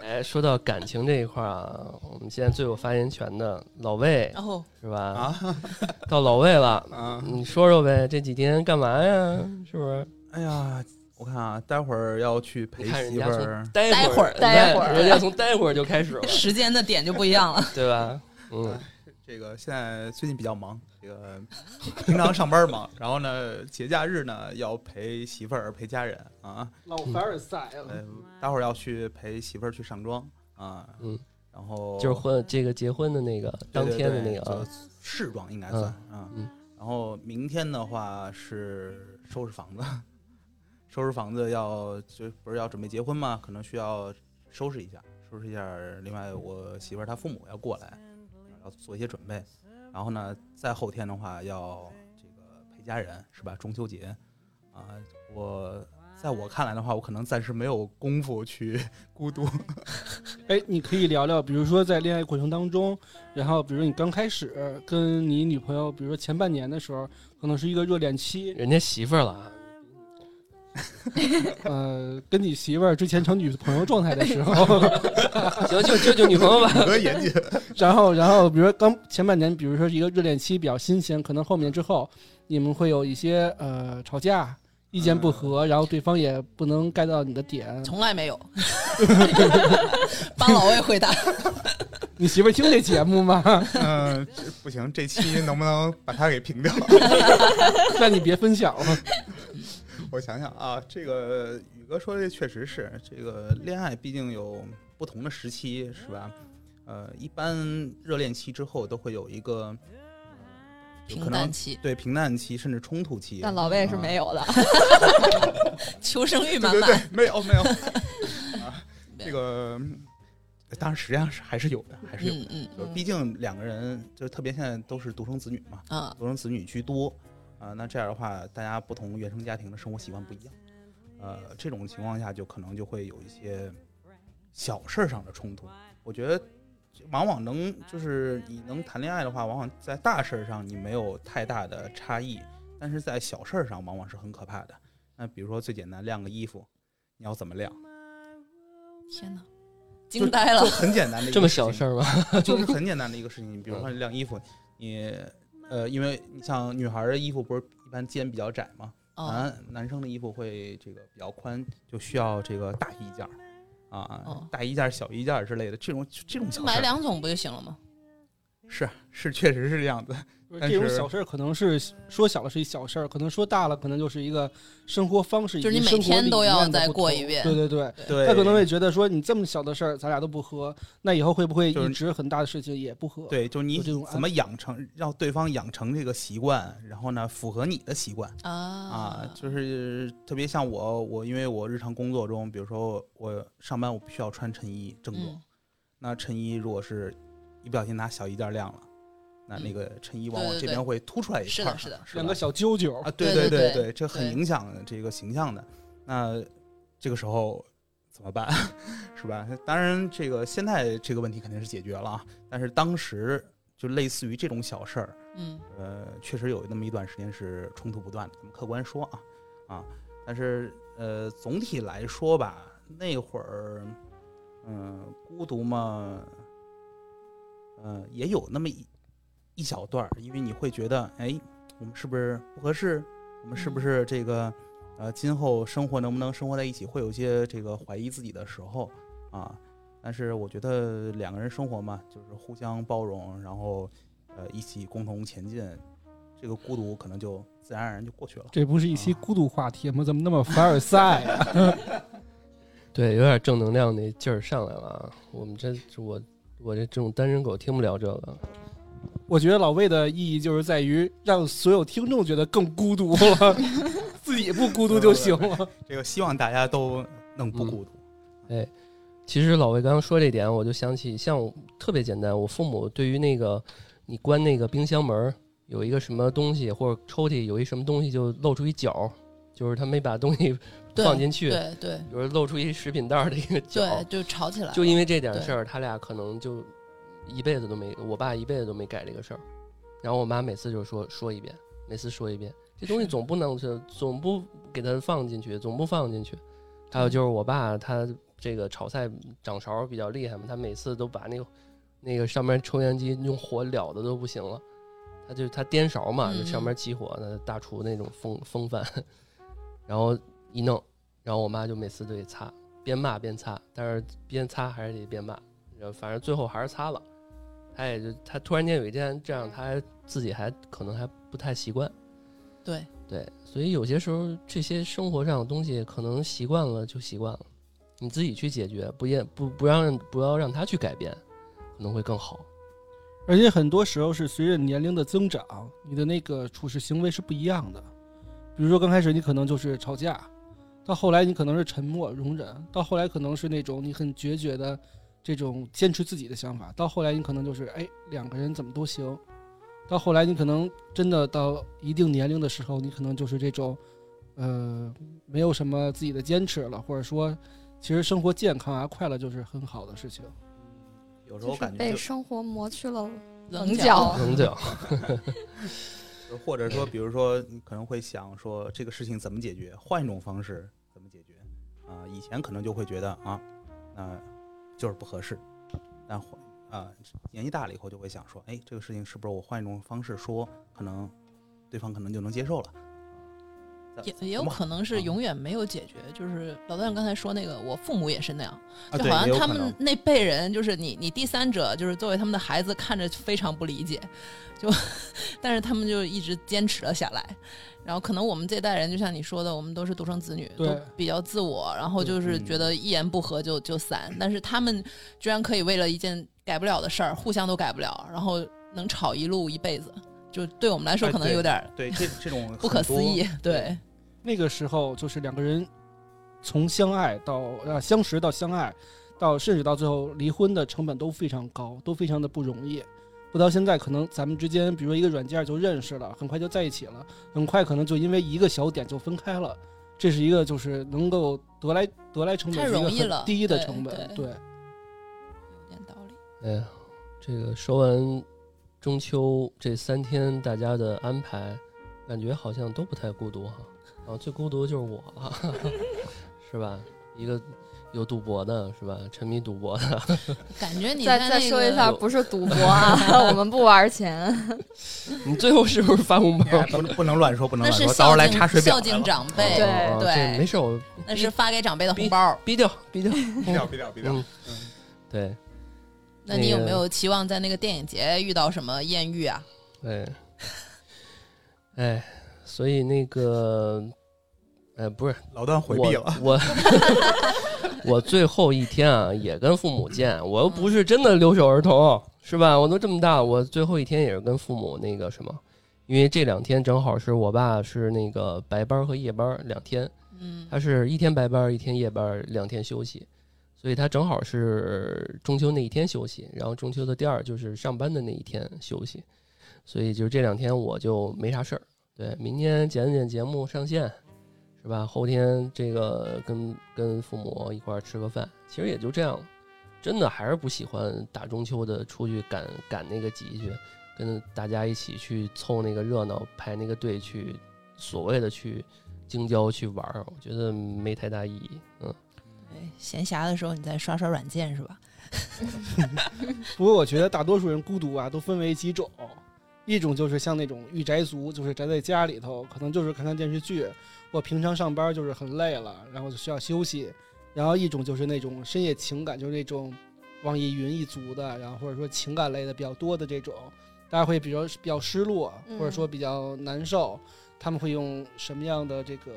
哎，说到感情这一块儿啊，我们现在最有发言权的老魏
然后
是吧？
啊
到老魏了，
啊！
你说说呗，这几天干嘛呀？是不是？
哎呀，我看啊，待会儿要去陪
你看人
媳
家
妇
从
儿。
待
待会儿，
待会儿
人家从待会儿就开始了
时间的点就不一 样了。
对吧？
哎
嗯，
这个现在最近比较忙，这 个平常上班忙，然后呢，节假日呢要陪媳妇儿陪家人啊，
老凡尔赛啊
呃，待会儿要去陪媳妇儿去上妆啊，
嗯，
然后
就是婚这个结婚的那个
对
当
对
天的那
对
个啊
就，试妆应该算啊
嗯，
然后明天的话是收拾房子，收拾房子要就不是要准备结婚嘛，可能需要收拾一下，收拾一下。另外，我媳妇儿她父母要过来，要做一些准备。然后呢，再后天的话要这个陪家人是吧？中秋节啊、我在我看来的话，我可能暂时没有功夫去 孤独。
哎，你可以聊聊，比如说在恋爱过程当中，然后比如你刚开始跟你女朋友，比如说前半年的时候，可能是一个热恋期，
人家媳妇儿了啊，
呃，跟你媳妇儿之前成女朋友状态的时候，
行，就就就女朋友吧。
和严谨，
然后然后比如说刚前半年，比如说一个热恋期比较新鲜，可能后面之后你们会有一些呃吵架。意见不合，然后对方也不能 get 到你的点，
从来没有。帮老魏回答，
你媳妇儿听这节目吗？
嗯、这不行，这期能不能把它给平掉？
那你别分享了。
我想想啊，这个宇哥说的确实是，这个恋爱毕竟有不同的时期，是吧？呃，一般热恋期之后都会有一个呃
平淡期，
对平淡期甚至冲突期。啊
但老魏是没有的，
求生
对
欲满
对
满。
对，没有没有。啊这个嗯当然实际上是还是有的，还是有的。
嗯嗯
就毕竟两个人，就特别现在都是独生子女嘛，
啊，
独生子女居多啊、那这样的话，大家不同原生家庭的生活习惯不一样，呃，这种情况下就可能就会有一些小事儿上的冲突。我觉得往往能就是你能谈恋爱的话，往往在大事儿上你没有太大的差异，但是在小事儿上往往是很可怕的。那比如说最简单晾个衣服，你要怎么 晾？
天哪，惊呆了
就，很简单的一个
这么小
情
事儿吗？
就是很简单的一个事情。你比如说你晾衣服，你呃，因为你像女孩儿的衣服不是一般肩比较窄嘛，
哦
男男生的衣服会这个比较宽，就需要这个大衣架儿啊
哦，
大衣架儿、小衣架儿之类的这种这种
就
小
买
事儿
两种不就行了吗？
是是确实是这样子，
就是
但
这种
是
小事儿可能是说小了是一小事儿，可能说大了可能就是一个生活方式以
就
及
是你
生活理念的不同，
每天都要再过一遍
对对对，
对
他可能会觉得说你这么小的事儿咱俩都不喝，那以后会不会
就是
一直很大的事情也不喝？
对，就是你
有这种安
怎么养成让对方养成这个习惯，然后呢符合你的习惯。
啊
啊，就是特别像我，我因为我日常工作中，比如说我上班我必须要穿衬衣正装，
嗯
那衬衣如果是一不小心拿小衣架晾了，那那
嗯
个衬衣往往
对对
这
对
边会凸出来一
是
块
的
儿
是的
两个
吧
小揪揪
啊，，对
对对
对
对
这很
对
影响这个形象的。那这个时候怎么办？ 是吧？当然，这个现在这个问题肯定是解决了啊，但是当时就类似于这种小事儿，
嗯
呃，确实有那么一段时间是冲突不断的，咱们客观说啊，啊，但是呃，总体来说吧，那会儿，嗯、孤独嘛，嗯、也有那么一一小段儿，因为你会觉得，哎，我们是不是不合适？我们是不
嗯
是这个，呃，今后生活能不能生活在一起，会有一些这个怀疑自己的时候啊。但是我觉得两个人生活嘛，就是互相包容，然后呃一起共同前进，这个孤独可能就自然而然就过去了。
这不是一期孤独话题吗？怎么那么凡尔赛啊？
对，有点正能量那劲儿上来了啊！我们这我我这这种单身狗听不了这个，
我觉得老魏的意义就是在于让所有听众觉得更孤独 了，自己不孤独就行了。
这个希望大家都能不孤独。
其实老魏刚刚说这点，我就想起，像我特别简单，我父母对于那个你关那个冰箱门儿有一个什么东西，或者抽屉有一什么东西就露出一角儿，就是他没把东西
对
放进去，
对对
比如露出一食品袋儿的一个角
对
儿，，
就吵起来了，
就因为这点事儿，他俩可能就一辈子都没，我爸一辈子都没改这个事儿，然后我妈每次就说说一遍，每次说一遍，这东西
是
总不能是总不给它放进去，总不放进去。还有就是我爸他这个炒菜掌勺比较厉害嘛，他每次都把那个那个上面抽烟机用火燎的都不行了，他就他颠勺嘛，
嗯
就上面起火，那大厨那种风风范， 然后一弄，然后我妈就每次都得擦，边骂边擦，但是边擦还是得边骂，然后反正最后还是擦了。他也就他突然间有一天这样，他还自己还可能还不太习惯。
对
对，所以有些时候这些生活上的东西，可能习惯了就习惯了，你自己去解决，不也不不让不要让他去改变，可能会更好。
而且很多时候是随着年龄的增长，你的那个处事行为是不一样的。比如说刚开始你可能就是吵架，到后来你可能是沉默容忍，到后来可能是那种你很决绝的这种坚持自己的想法，到后来你可能就是哎两个人怎么都行，到后来你可能真的到一定年龄的时候，你可能就是这种呃没有什么自己的坚持了，或者说其实生活健康啊快乐就是很好的事情。
有时
就
候
是
感 觉
被
就
生活磨去了
棱
角。
能这样，
是或者说，比如说你可能会想说这个事情怎么解决，换一种方式怎么解决啊、以前可能就会觉得啊，那、就是不合适，但换啊、年纪大了以后就会想说，哎，这个事情是不是我换一种方式说，可能对方可能就能接受了。
也也有可能是
啊
永远没有解决，就是老段刚才说那个，我父母也是那样，
啊，
就
对，
好
也有
像他
可能
们那辈人，就是你你第三者，就是作为他们的孩子，看着非常不理解，就，但是他们就一直坚持了下来。然后可能我们这代人，就像你说的，我们都是独生子女，
对
都比较自我，然后就是
嗯
觉得一言不合就就散。但是他们居然可以为了一件改不了的事儿，互相都改不了，然后能吵一路一辈子，就对我们来说
哎
可能
对
有点儿
对，这这种
不可
很多
思议。对，
那个时候就是两个人从相爱到啊相识到相爱，到甚至到最后离婚的成本都非常高，都非常的不容易。不到现在，可能咱们之间，比如说一个软件就认识了，很快就在一起了，很快可能就因为一个小点就分开了。这是一个就是能够得来得来成本
太
是一个
容易
很
了
低的
对
成本，
对
对
有点道 理。
哎呀，这个说完中秋这三天大家的安排，感觉好像都不太孤独哈。啊，最孤独的就是我了， 是吧？一个有赌博的，是吧？沉迷赌博的，
感觉你
再
在
再
那
说一
嗯
个
下，不是赌博 啊，我们不玩钱。
你最后是不是发红包
哎
了？
不能不能乱说，不能
那
乱
是
说，到时
孝
候来嗯
敬
查水表
孝敬长辈，
对
哦哦
对
这没事，我
那是发给长辈的红
逼
包。
逼掉，逼掉。
别掉别掉别掉
嗯，对
那你有
那个
没有期望在那个电影节遇到什么艳遇啊？
对，哎，所以那个，呃，不是，
老段回避了。
我。我我 最后一天啊，也跟父母见，我又不是真的留守儿童，是吧？我都这么大，我最后一天也是跟父母那个什么，因为这两天正好是我爸是那个白班和夜班两天，
嗯
他是一天白班一天夜班两天休息，所以他正好是中秋那一天休息，然后中秋的第二就是上班的那一天休息，所以就是这两天我就没啥事儿。对，明天剪剪节目上线，是吧？后天这个跟跟父母一块儿吃个饭，其实也就这样。真的还是不喜欢大中秋的出去赶赶那个集去，跟大家一起去凑那个热闹，排那个队去，所谓的去京郊去玩儿，我觉得没太大意义。嗯，
对闲暇的时候你再刷刷软件是吧？
不过我觉得大多数人孤独啊，都分为几种，一种就是像那种御宅族，就是宅在家里头，可能就是看看电视剧，或平常上班就是很累了，然后就需要休息；然后一种就是那种深夜情感，就是那种网易云一族的，然后或者说情感类的比较多的这种，大家会比较比较失落，
嗯
或者说比较难受，他们会用什么样的这个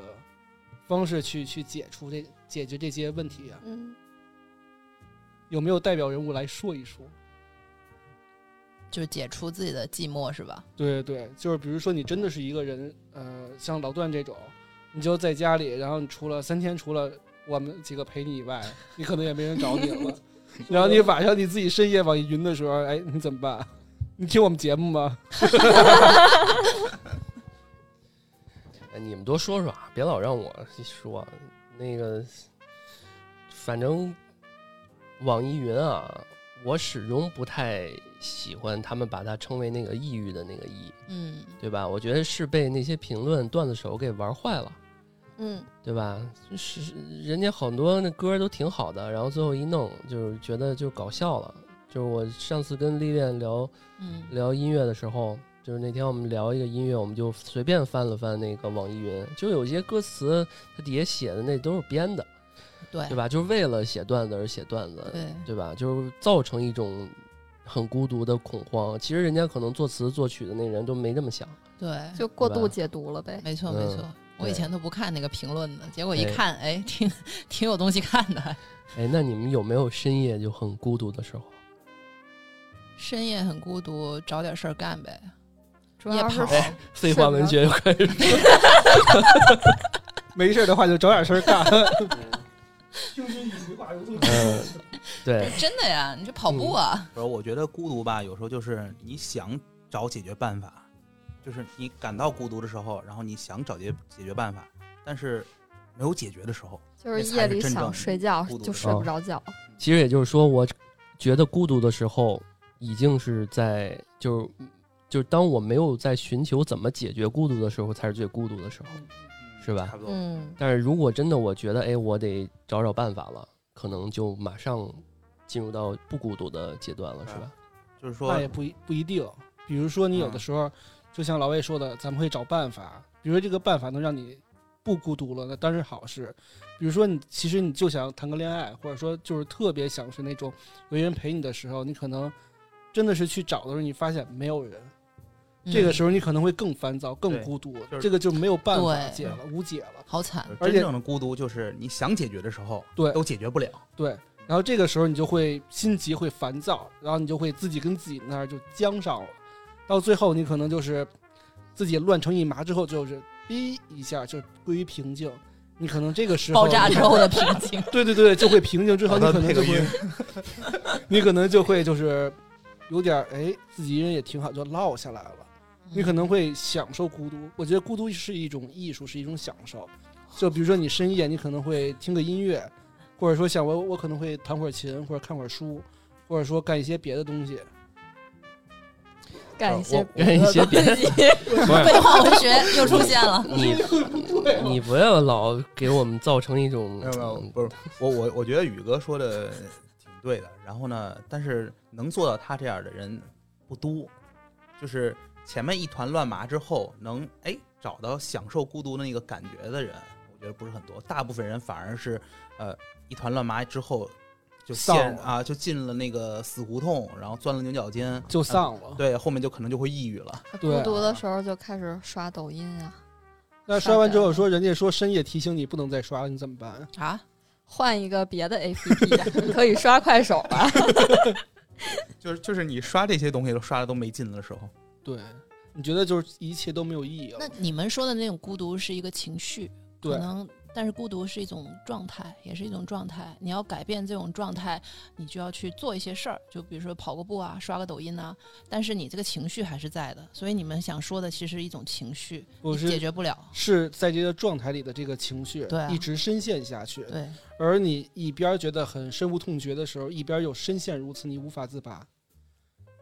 方式去去解除这解决这些问题啊？
嗯，
有没有代表人物来说一说？
就解除自己的寂寞是吧？
对对，就是比如说你真的是一个人，呃，像老段这种，你就在家里，然后你除了三天，除了我们几个陪你以外，你可能也没人找你了。然后你晚上你自己深夜网易云的时候，哎，你怎么办？你听我们节目吗？
哎你们多说说啊，别老让我说那个。反正网易云啊，我始终不太喜欢他们把它称为那个抑郁的那个抑，
嗯，
对吧？我觉得是被那些评论段子手给玩坏了。
嗯，
对吧？就是人家很多那歌都挺好的，然后最后一弄就是觉得就搞笑了。就是我上次跟丽恋聊
嗯
聊音乐的时候，就是那天我们聊一个音乐，我们就随便翻了翻那个网易云，就有些歌词它底下写的那都是编的，
对
对吧？就是为了写段子而写段子，
对
哎对吧？就是造成一种很孤独的恐慌。其实人家可能作词作曲的那人都没这么想，
对，
就过
对吧
度解读了呗。
没错
嗯
没错。我以
对
前都不看那个评论的，结果一
哎
看，哎，挺挺有东西看的。
哎，那你们有没有深夜就很孤独的时候？
深夜很孤独，找点事儿干呗。
主要是
夜跑
哎，废话文学又开始
没事儿的话就找点事儿干。
听君一席话，如听
嗯，对，
真的呀，你这跑步啊，
不是，我觉得孤独吧，有时候就是你想找解决办法，就是你感到孤独的时候，然后你想找解解决办法，但是没有解决的时候，
就是夜里
那才是真正
想睡觉
孤独
就
的
睡不着觉。
其实也就是说，我觉得孤独的时候，已经是在就是就是当我没有在寻求怎么解决孤独的时候，才是最孤独的
嗯
时候。是吧
差不多。
嗯，
但是如果真的我觉得，哎，我得找找办法了，可能就马上进入到不孤独的阶段了，是吧？
就是说嗯
那，也不一不一定，比如说你有的时候，就像老魏说的，咱们会找办法，比如说这个办法能让你不孤独了，那当然是好事。比如说你其实你就想谈个恋爱，或者说就是特别想是那种有人陪你的时候，你可能真的是去找的时候，你发现没有人，
嗯
这个时候你可能会更烦躁、更
对
孤独，
就是
这个就没有办法
对
解了，无解了。
嗯好惨。
就是
而且
真正的孤独就是你想解决的时候，
对
都解决不了。
对。然后这个时候你就会心急，会烦躁，然后你就会自己跟自己那儿就僵上了。到最后你可能就是自己乱成一麻之后，就是哔一下就归于平静。你可能这个时候，
爆炸之后的平静
对对对，就会平静之
好
后，你
的
可能
配
就
个
会
音，
你可能就会就是有点儿哎，自己一人也挺好，就落下来了。
嗯
你可能会享受孤独，我觉得孤独是一种艺术，是一种享受。就比如说你深夜，你可能会听个音乐，或者说想我我可能会弹会儿琴，或者看会儿书，或者说干一些别的东西。
干一些
跟一些别的，不是
废话文学 又出现了。
啊
你你不要老给我们造成一种嗯
没有没有，不是我我我觉得宇哥说的挺对的。然后呢，但是能做到他这样的人不多，就是前面一团乱麻之后，能哎找到享受孤独的那个感觉的人，我觉得不是很多。大部分人反而是呃一团乱麻之后就陷
丧了
啊就进了那个死胡同，然后钻了牛角尖，
就
啊、
丧了。
对，后面就可能就会抑郁了。
嗯
对啊
孤独的时候就开始刷抖音啊，
那刷完之后说，人家说深夜提醒你不能再刷了，你怎么办啊？
啊，
换一个别的 APP，可以刷快手啊吧？
就是就是你刷这些东西都刷的都没劲的时候，
对，你觉得就是一切都没有意义
那
了。
你们说的那种孤独是一个情绪，可
对，
能，但是孤独是一种状态，也是一种状态。你要改变这种状态，你就要去做一些事儿，就比如说跑个步啊，刷个抖音啊。但是你这个情绪还是在的，所以你们想说的其实是一种情绪，
我
你
是
解决不了。
是在这个状态里的这个情绪
对啊
一直深陷下去，
对，
而你一边觉得很深恶痛绝的时候，一边又深陷如此，你无法自拔。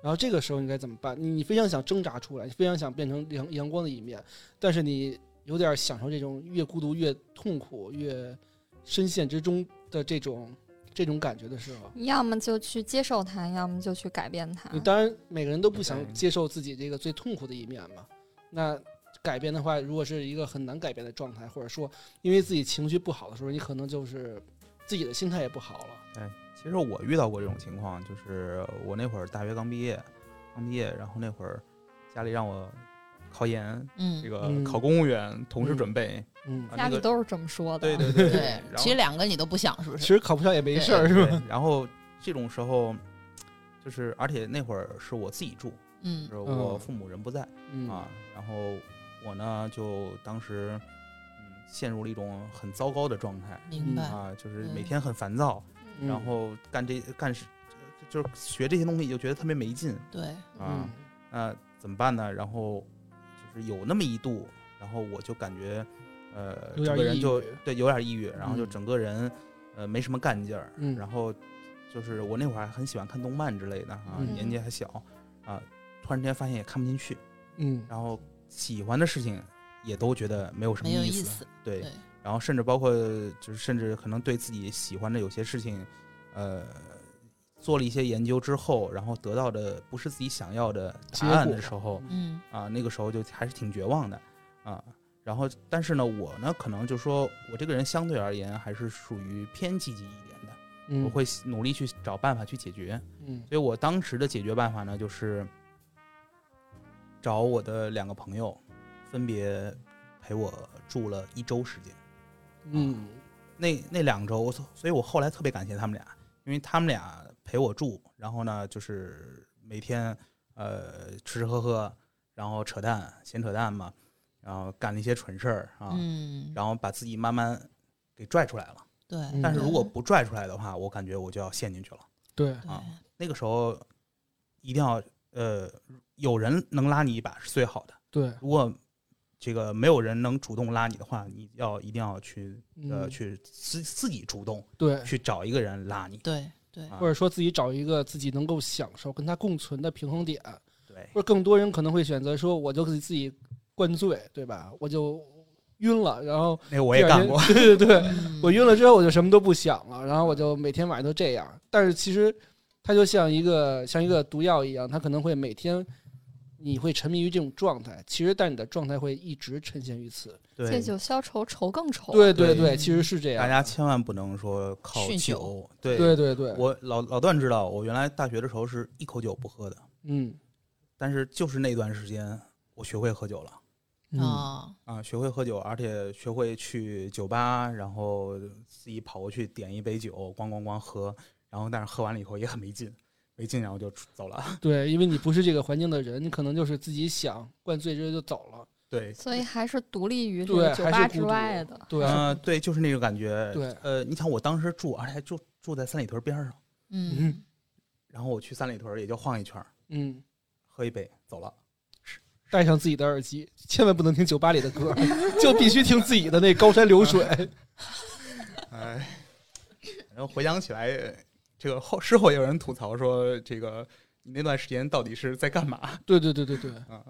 然后这个时候你该怎么办？你你非常想挣扎出来，你非常想变成阳阳光的一面，但是你有点享受这种越孤独越痛苦越深陷之中的这种这种感觉的时候。
你 要么就去接受它，要么就去改变它。
你当然每个人都不想
对
接受自己这个最痛苦的一面嘛。那改变的话，如果是一个很难改变的状态，或者说因为自己情绪不好的时候，你可能就是自己的心态也不好了。
其实我遇到过这种情况，就是我那会儿大学刚毕业，刚毕业，然后那会儿家里让我考研，
嗯，
这个
嗯
考公务员，同时
嗯
准备，
嗯，
啊
家
那
里
个
都是这么说的，啊
对对对
对，
然后
其实两个你都不想，是不
其
是？
实考不上也没事儿，是吧？
对然后这种时候，就是而且那会儿是我自己住，就
嗯
是我
嗯
父母人不在
嗯
啊，然后我呢就当时嗯陷入了一种很糟糕的状态
明白。
啊，就是每
嗯
天很烦躁，
嗯
然后干这干事就是学这些东西就觉得特别没劲
对，
啊
嗯。
那怎么办呢？然后就是有那么一度，然后我就感觉，呃，
有
整
点
个人
抑
就
郁
对有点抑郁，然后就
嗯
整个人呃没什么干劲儿，
嗯
然后就是我那会儿还很喜欢看动漫之类的啊，
嗯
年纪还小啊，突然间发现也看不进去，
嗯
然后喜欢的事情也都觉得没有什么
没有
意
意思。
对
对，
然后甚至包括就是甚至可能对自己喜欢的有些事情，呃，做了一些研究之后，然后得到的不是自己想要的答案
结果
的时候
嗯
啊，那个时候就还是挺绝望的啊。然后，但是呢，我呢可能就说我这个人相对而言还是属于偏积极一点的，
嗯，
我会努力去找办法去解决。
嗯
所以我当时的解决办法呢，就是找我的两个朋友，分别陪我住了一周时间。
嗯
那那两周，我所所以我后来特别感谢他们俩，因为他们俩陪我住，然后呢，就是每天呃吃吃喝喝，然后扯淡闲扯淡嘛，然后干了一些蠢事儿啊，
嗯，
然后把自己慢慢给拽出来了。
对。
嗯
但是如果不拽出来的话，我感觉我就要陷进去了。
对，
对
啊那个时候一定要呃有人能拉你一把是最好的，
对，
如果这个没有人能主动拉你的话，你要一定要去呃
嗯
去自自己主动。
对，
去找一个人拉你。
对对
啊
或者说自己找一个自己能够享受跟他共存的平衡点，
对
或者更多人可能会选择说，我就给自己灌醉，对吧？我就晕了，然后
那个我也干过。
第二天，对对 对，
嗯
我晕了之后我就什么都不想了，然后我就每天晚上都这样。但是其实它就像一个像一个毒药一样，它可能会每天你会沉迷于这种状态，其实但你的状态会一直深陷于此。
借
对，
酒消愁，愁更愁。
对对
对
对，其实是这样
大。家千万不能说靠
酗酒
酒。对，
对对对，
我老老段知道，我原来大学的时候是一口酒不喝的，
嗯
但是就是那段时间我学会喝酒了
嗯
啊，
啊，学会喝酒，而且学会去酒吧，然后自己跑过去点一杯酒，咣咣咣喝，然后但是喝完了以后也很没劲。没劲，然后就出走了。
对，因为你不是这个环境的人，你可能就是自己想灌醉之后就走了。
对，
所以还是独立于这
对
个酒
还是
吧
孤
之
独
外的。
对，
呃，对，就是那种感觉。
对
呃，你想我当时住，而且还住住在三里屯边上，
嗯，
嗯
然后我去三里屯也就晃一圈儿，
嗯，
喝一杯走了。
戴上自己的耳机，千万不能听酒吧里的歌， 就必须听自己的那高山流水。
嗯 哎，反正回想起来，这个后事后也有人吐槽说，这个你那段时间到底是在干嘛
对对对对对，
啊？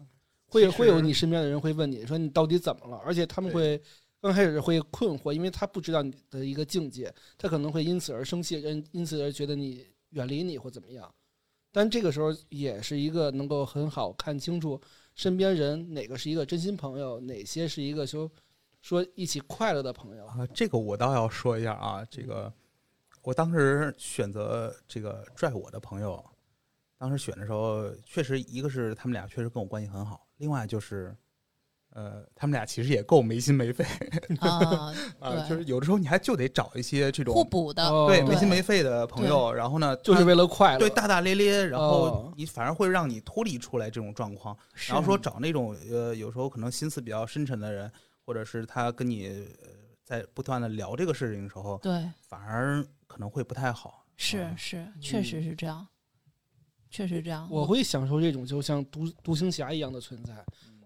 会
其实
会有你身边的人会问你说你到底怎么了，而且他们会刚开始会困惑，因为他不知道你的一个境界，他可能会因此而生气，因因此而觉得你远离你或怎么样。但这个时候也是一个能够很好看清楚身边人哪个是一个真心朋友，哪些是一个说说一起快乐的朋友。
啊，这个我倒要说一下啊，这个我当时选择这个拽我的朋友，当时选的时候，确实一个是他们俩确实跟我关系很好，另外就是，呃，他们俩其实也够没心没肺
啊，
啊，
对
就是有的时候你还就得找一些这
互
种
补的，
哦
对
对
没心没肺的朋友，然后呢，
就是
他
为了快乐。
对大大咧咧，然后
哦
你反而会让你脱离出来这种状况。
是
然后说找那种呃，有时候可能心思比较深沉的人，或者是他跟你呃在不断的聊这个事情的时候，
对，
反而可能会不太好。
是
啊
嗯
是，确实是这样，确实这样。
我会享受这种就像独独行侠一样的存在。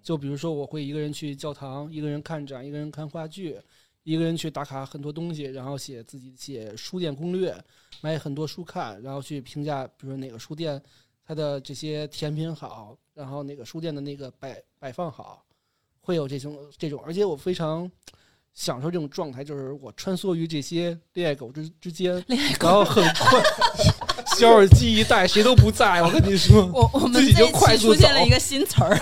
就比如说，我会一个人去教堂，一个人看展，一个人看话剧，一个人去打卡很多东西，然后写自己写书店攻略，买很多书看，然后去评价，比如说哪个书店它的这些甜品好，然后哪个书店的那个摆摆放好，会有这种这种，而且我非常。享受这种状态，就是我穿梭于这些恋爱狗之之间，
恋爱
然后很快，小耳机一戴，谁都不在。我跟你说，
我我们
自己
这
就
一
快
期
速
出现
走
了一个新词儿，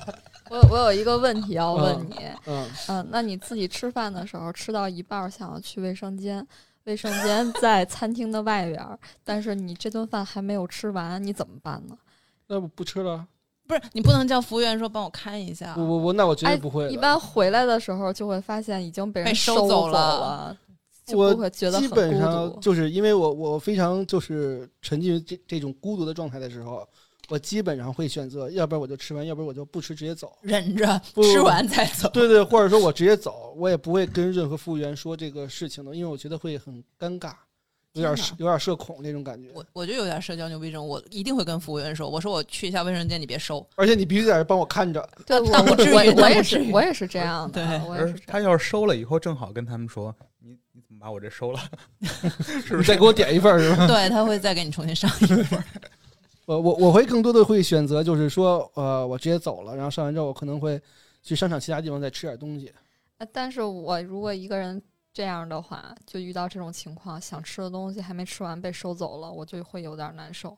我有我有一个问题要问
嗯
你，
嗯，
嗯，那你自己吃饭的时候吃到一半儿想要去卫生间，卫生 间在餐厅的外边儿，但是你这顿饭还没有吃完，你怎么办呢？
那不吃了？
不是你不能叫服务员说帮我看一下
我，我我，那我绝对不会了。
哎一般回来的时候就会发现已经被
被
人
收
走
走了
了，就
我
不会觉得
基
很
本
孤
上
独。
就是因为我我非常就是沉浸于这这种孤独的状态的时候，我基本上会选择，要不然我就吃完，要不然我就不吃，直接走。
忍着
不
吃完再 走。
对对，或者说我直接走，我也不会跟任何服务员说这个事情的，因为我觉得会很尴尬，有点
天
社
哪
有点社恐那种感觉。
我我就有点社交牛逼症，我一定会跟服务员说，我说我去一下卫生间，你别收。
而且你必须在这帮我看着，
对，
那不
我
至于
我我
那不
也
至
是
于
我也是这样的，
对
我也
而
是这
他
样。
要是收了以后，正好跟他们说：“你你怎么把我这收了？” 是 不
你再
是
给？我点一份儿是吧？
对他会再给你重新上一份儿。
我我我会更多的会选择就是说，呃，我直接走了，然后上完之后我可能会去商场其他地方再吃点东西。
呃但是我如果一个人这样的话，就遇到这种情况，想吃的东西还没吃完被收走了，我就会有点儿难受。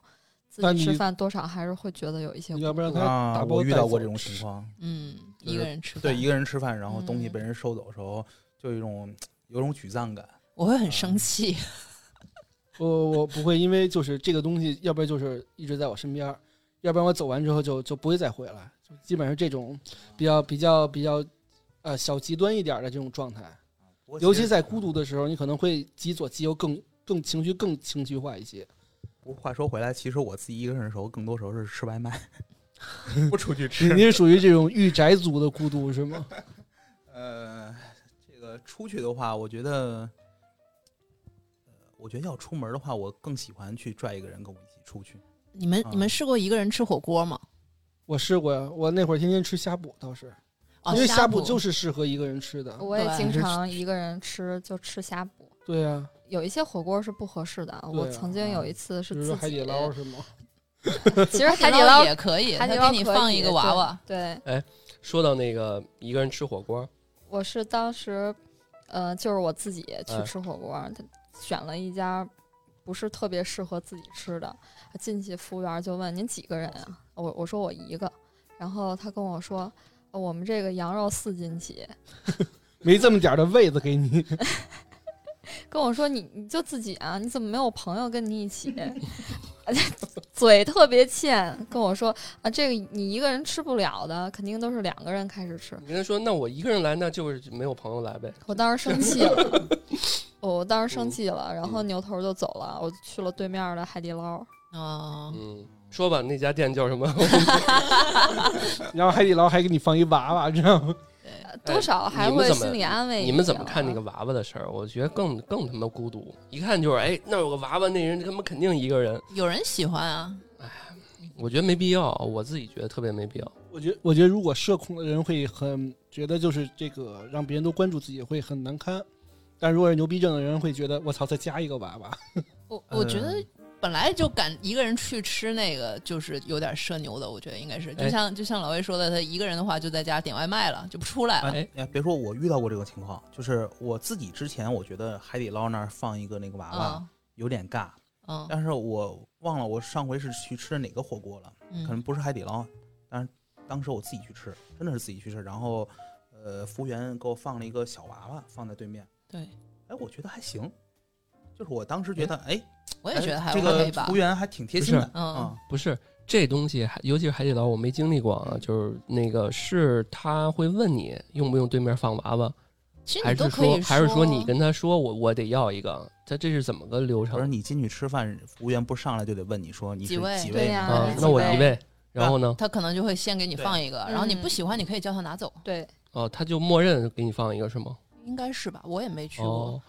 自
那
己吃
你
饭多少还是会觉得有一些
你要不让他
啊
打，包
我遇
带
到过这
走
种
吃
情况，
嗯，
就是
一个人吃饭，
对一个人吃饭，然后东西
嗯
被人收走的时候，就有一种有一种沮丧感。
我会
嗯
很生气。
我我不会，因为就是这个东西，要不然就是一直在我身边儿，要不然我走完之后就就不会再回来，就基本上这种比较比较比较，呃，小极端一点儿的这种状态。
不过
尤
实
其在孤独的时候，你可能会极左极右更更情绪更情绪化一 些。
不过话说回来，其实我自己一个人的时候，更多时候是吃外 卖，不出去
你
吃。
你是属于这种御宅族的孤独是吗？
呃，这个出去的话，我觉得，呃，我觉得要出门的话，我更喜欢去拽一个人跟我一起出去。
你们
嗯
啊
你们试过一个人吃火锅吗？
我试过呀，我那会儿天天吃呷哺，倒是、
哦，
因为
呷
哺
哺
就是适合一个人吃的。
我也
对
经
是
常一个人吃，就吃呷哺。
对呀、啊，
有一些火锅是不合适的啊，我
对啊
曾经有一次
比
是
如
自
说
己，
海底捞是吗？
其实海
海
底捞
也可以，
海
他
底
给
捞
你
可
放
以
一个娃娃，，
对对
说到那个一个人吃火锅，
我是当时，呃，就是我自己去
嗯
吃火锅，他选了一家不是特别适合自己吃的，进去服务员就问您几个人啊？我我说我一个，然后他跟我说。呃我们这个羊肉四斤起，
没这么点儿的位子给你，
跟我说你你就自己啊，你怎么没有朋友跟你一起？ 嘴特别欠，跟我说啊，这个你一个人吃不了的，肯定都是两个人开始吃。
你跟他说那我一个人来，那就是没有朋友来呗。
我当时生 气哦
嗯
了，我当时生气了，然后扭头就走了，我去了对面的海底捞。
哦，
嗯，说吧，那家店叫什么？
然后海底捞还给你放一娃娃，知道吗？
多少还
哎你们
会
怎么
心理安慰一下。啊
你们怎么看那个娃娃的事儿？我觉得更更他妈孤独，一看就是哎，那儿有个娃娃，那人他妈肯定一个人。
有人喜欢啊，
我觉得没必要，我自己觉得特别没必要。
我觉我觉得如果社恐的人会很觉得就是这个让别人都关注自己会很难堪，但如果是牛逼症的人会觉得我操再加一个娃娃，
我我觉得本来就敢一个人去吃那个，就是有点社牛的，我觉得应该是，就
哎
像就像老魏说的，他一个人的话就在家点外卖了，就不出来了。
哎，
哎，别说我遇到过这个情况，就是我自己之前我觉得海底捞那儿放一个那个娃娃
嗯
有啊点啊尬，
嗯
但是我忘了我上回是去吃哪个火锅了，可能
嗯，
不是海底捞，但是当时我自己去吃，真的是自己去吃，然后呃，服务员给我放了一个小娃娃放在对面，
对，
哎，我觉得还行，就是我当时觉得哎，
我也觉得还
这
OK
个
吧
服务。员还挺贴心的啊
不，
嗯，
不是这东西还，尤其是海底捞，我没经历过啊。就是那个是他会问你用不用对面放娃娃，
其实
还
你都
是
可以
说还是说你跟他说我我得要一个，他这是怎么个流
我说
程
你进去吃饭，服务员不上来就得问你说你是
几位
几
对
位
呀
啊
吗
啊？
那我
几
一位，然后呢？
他可能就会先给你放一个，
对
然后你
嗯
不喜欢，你可以叫他拿走，
对，
哦，他就默认给你放一个是吗？
应该是吧？我也没去过，
哦，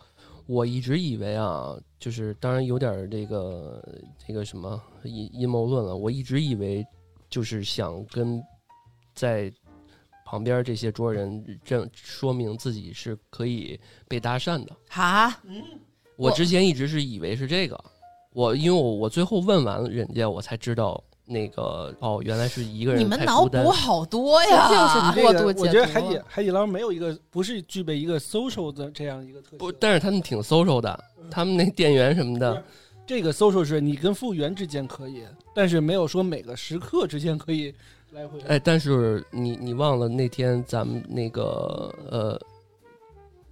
我一直以为啊，就是当然有点儿这个这个什么阴阴谋论了。我一直以为就是想跟在旁边这些桌人证说明自己是可以被搭讪的。
哈，
我
我
之前一直是以为是这个，我因为我我最后问完人家，我才知道那个哦，原来是一个
你
人
们
太
脑
孤单
补。好多呀！
就是
这
过
个
度
我
解
觉得
读。
海底海底捞没有一个不是具备一个 social 的这样一个特
不，
性。
但是他们挺 social 的，他们那店员什么的，
这个 social 是你跟服务员之间可以，但是没有说每个食客之间可以来回。
哎，但是你你忘了那天咱们那个呃，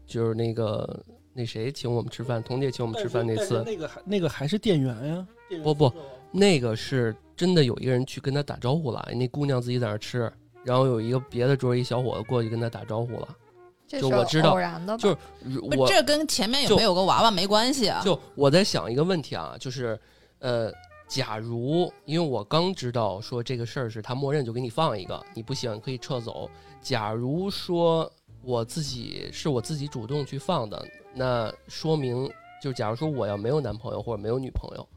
就是那个那谁请我们吃饭，童姐请我们吃饭那
但是
次，
那个还那个还是店员呀、店员
不不
social 啊
那个是真的有一个人去跟他打招呼了，那姑娘自己在那儿吃，然后有一个别的桌一小伙子过去跟他打招呼了，
这
就是我知道
偶然的吧，
就是
不
我
这跟前面有
就
没有个娃娃没关系啊。
就我在想一个问题啊，就是呃，假如因为我刚知道说这个事儿是他默认就给你放一个，你不喜欢可以撤走。假如说我自己是我自己主动去放的，那说明就假如说我要没有男朋友或者没有女朋友，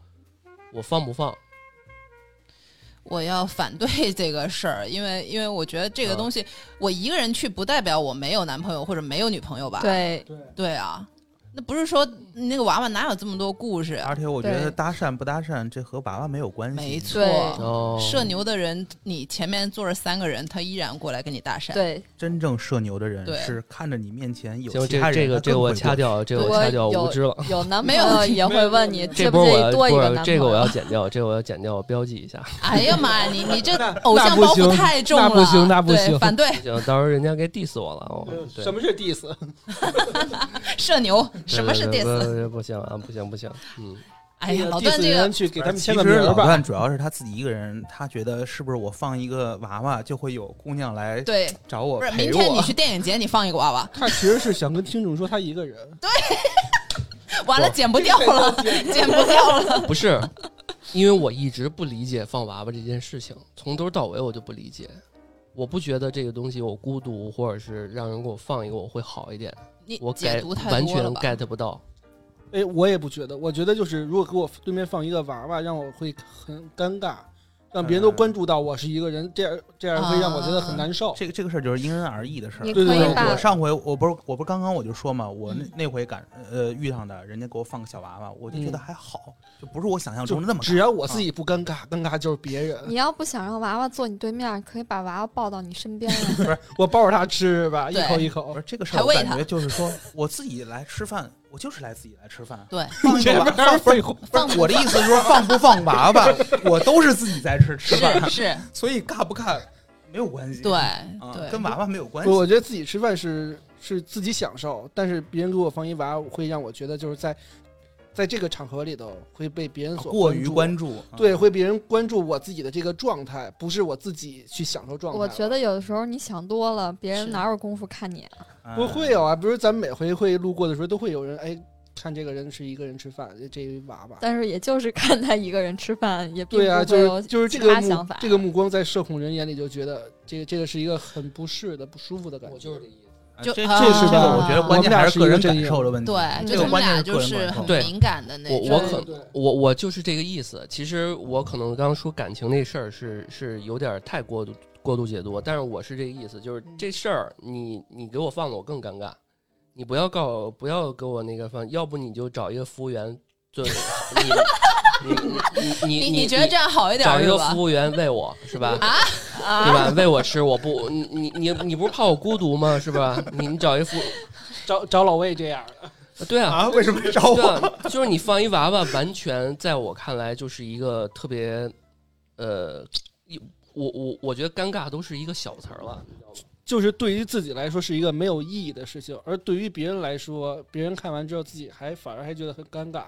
我放不放？
我要反对这个事儿，因为因为我觉得这个
嗯
东西，我一个人去不代表我没有男朋友或者没有女朋友吧？
对，
对，
对啊，那不是说那个娃娃哪有这么多故事？
而且我觉
对
得搭讪不搭讪，这和娃娃没有关系。
没错，
对
哦，
社牛的人，你前面坐着三个人，他依然过来跟你搭 讪。
对，
真正社牛的人
对
是看着你面前有
行，
其
这
他
个
人，
这个
他
这个
更
我
会
掐
过去。
掉，这个
我
我掐掉，
有
无知 了。
有男朋
没有
友也会问你介
这
不
波
介
我
意多一
不
个
是
男朋
这个我
友
要。剪掉，这个我要剪掉，我标记一下。
哎呀妈呀，你你这偶
那
像
不
包
行
袱太重
那
了，
不行那不
对
行
反对
行，到时候人家该 diss 我了。哦
呃，
对
什么是 diss？
社牛，什么是
对
diss？
对对对不行啊，不行 不行，嗯，
哎呀，老段
diss
这
人
个
去给他们
其
签个名
实
儿
老
吧。
段主要是他自己一个人，他觉得是不是我放一个娃娃就会有姑娘来
对，
找我
不是
陪
明天你
我？
去电影节，你放一个娃娃，
他其实是想跟听众说他一个人，
完了剪不掉了，剪不掉了。
不是，因为我一直不理解放娃娃这件事情，从头到尾我就不理解。我不觉得这个东西我孤独，或者是让人给我放一个我会好一点，
你
我
解
get
读太
完
多
全
了吧？
get 不到。
哎，我也不觉得，我觉得就是如果给我对面放一个娃娃，让我会很尴尬，让别人都
嗯
关注到我是一个人，这样这样会让我觉得很难受。
这个这个事儿就是因人而异的事儿
你。
对
可
对
以
对
把
我上回我不是我不是刚刚我就说嘛，我那
嗯
那回赶呃遇上的人家给我放个小娃娃，我就觉得
嗯
还好，就不是我想象
就
中的那么嗯
只要我自己不尴尬，尴尬就是别人。
你要不想让娃娃坐你对面，可以把娃娃抱到你身边啊来。
我抱着他吃吧，一
对
口一
不
口
啊是。这个事儿，
还
我
喂
感
他
觉就是 说，我自己来吃饭，我就是来自己来吃饭。
对，
放一个娃
边儿废话，
不是我的意思是说，放不放娃 娃，我都是自己在吃吃
是
饭，
是，
所以尬不尬没有关系。
对
啊，
对，
跟娃娃没有关
不，
系。
我觉得自己吃饭是是自己享受，但是别人给我放一娃，会让我觉得就是在在这个场合里头会被别人所
过于
关
关
注。
注，啊
对，会别人关注我自己的这个状态，不是我自己去享受状态。
我觉得有的时候你想多了，别
是
人哪有功夫看你啊？
嗯
不会有啊，比如咱们每回会路过的时候，都会有人哎看这个人是一个人吃饭，这这一娃娃。
但是也就是看他一个人吃饭，也并
对
不
啊，
会
就
有
是就是这
其
个
他
目
想法
这个目光在社恐人眼里就觉得这个这个是一个很不适的、不舒服的感觉。
就是这意思。
啊
就
这
啊
这是吧？我觉得关
我们
键
俩
还
是一
个
个
人
阵
感
营啊
受的问题。
对，
这个
就他们
关键
俩
是
就
个人
是
感受
很
对
敏感的那
我
种。
我
对
可
对
我我就是这个意思。其实我可能刚说感情那事儿是是有点太过度过度解读，但是我是这个意思，就是
嗯
这事儿你你给我放了，我更尴尬。你不要告不要给我那个放，要不你就找一个服务员 做你你你
你
你
觉得这样好一点
找一
是
个
吧
服？务员喂我是吧？
啊
对吧？喂我吃，我不你你你你不是怕我孤独吗？是吧？你你找一服
找找老魏这样的，
对啊，
啊？为什么找
对
我？
啊， 就是你放一娃娃，完全在我看来就是一个特别，呃，一我我我觉得尴尬都是一个小词儿了，你知道吗？
就是对于自己来说是一个没有意义的事情，而对于别人来说，别人看完之后自己还反而还觉得很尴尬。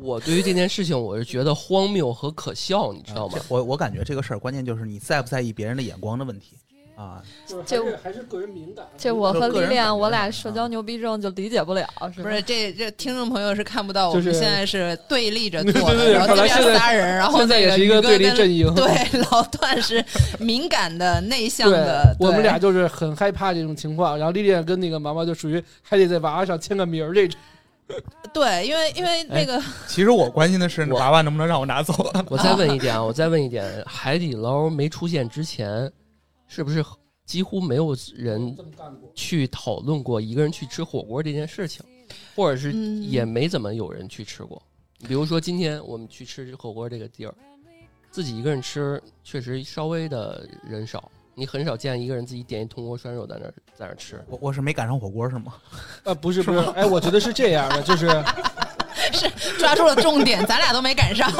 我对于这件事情，我是觉得荒谬和可笑，你知道吗
这？我我感觉这个事儿，关键就是你在不在意别人的眼光的问题啊。
就是
就
还是还是个人敏感。啊
这我
就
和丽
个人感
丽，
觉
我俩
啊
社交牛逼症就理解不了，是
不
吧？
是这这听众朋友是看不到，我
就
们
是
现在是对立着
对
坐
对
的，
对
然后
看
这
来现
边
在
仨人，然后
现在也是一
那
个
宇哥
对立
跟
阵营。
对，老段是敏感的、内向
对
的，，
我们
对
俩就是很害怕这种情况。然后丽丽跟那个毛毛就属于还得在娃娃上签个名儿这种。
对，因为因为
哎
那个
其实我关心的是
我
娃娃能不能让我拿走。
我再问一 点啊，我再问一点，海底捞没出现之前，是不是几乎没有人去讨论过一个人去吃火锅这件事情，或者是
嗯
也没怎么有人去吃过？比如说今天我们去吃火锅这个地儿，自己一个人吃确实稍微的人少，你很少见一个人自己点一铜锅涮肉在那儿在那儿吃。
我我是没赶上火锅是 吗？
呃，不是不是，哎，我觉得是这样的，就是
抓住了重点，咱俩都没赶上。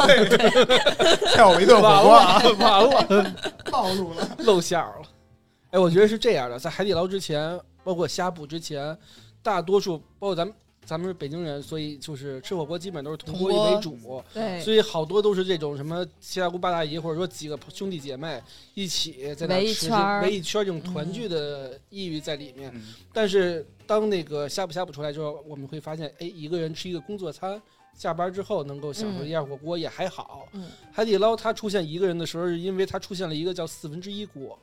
跳我一顿
完
火锅 啊！
了完了，
暴露了。
露馅儿了。哎，我觉得是这样的，在海底捞之前，包括呷哺之前，大多数包括咱们咱们是北京人，所以就是吃火锅基本都是铜锅
铜锅
一为主，
对，
所以好多都是这种什么七大姑八大姨，或者说几个兄弟姐妹一起在那
围一
吃
圈儿嗯
围一圈儿这种团聚的意义在里面。但是当那个呷哺呷哺出来之后，我们会发现，哎，一个人吃一个工作餐，下班之后能够享受一下火锅也还好。
嗯
海底捞它出现一个人的时候，是因为它出现了一个叫四分之一锅，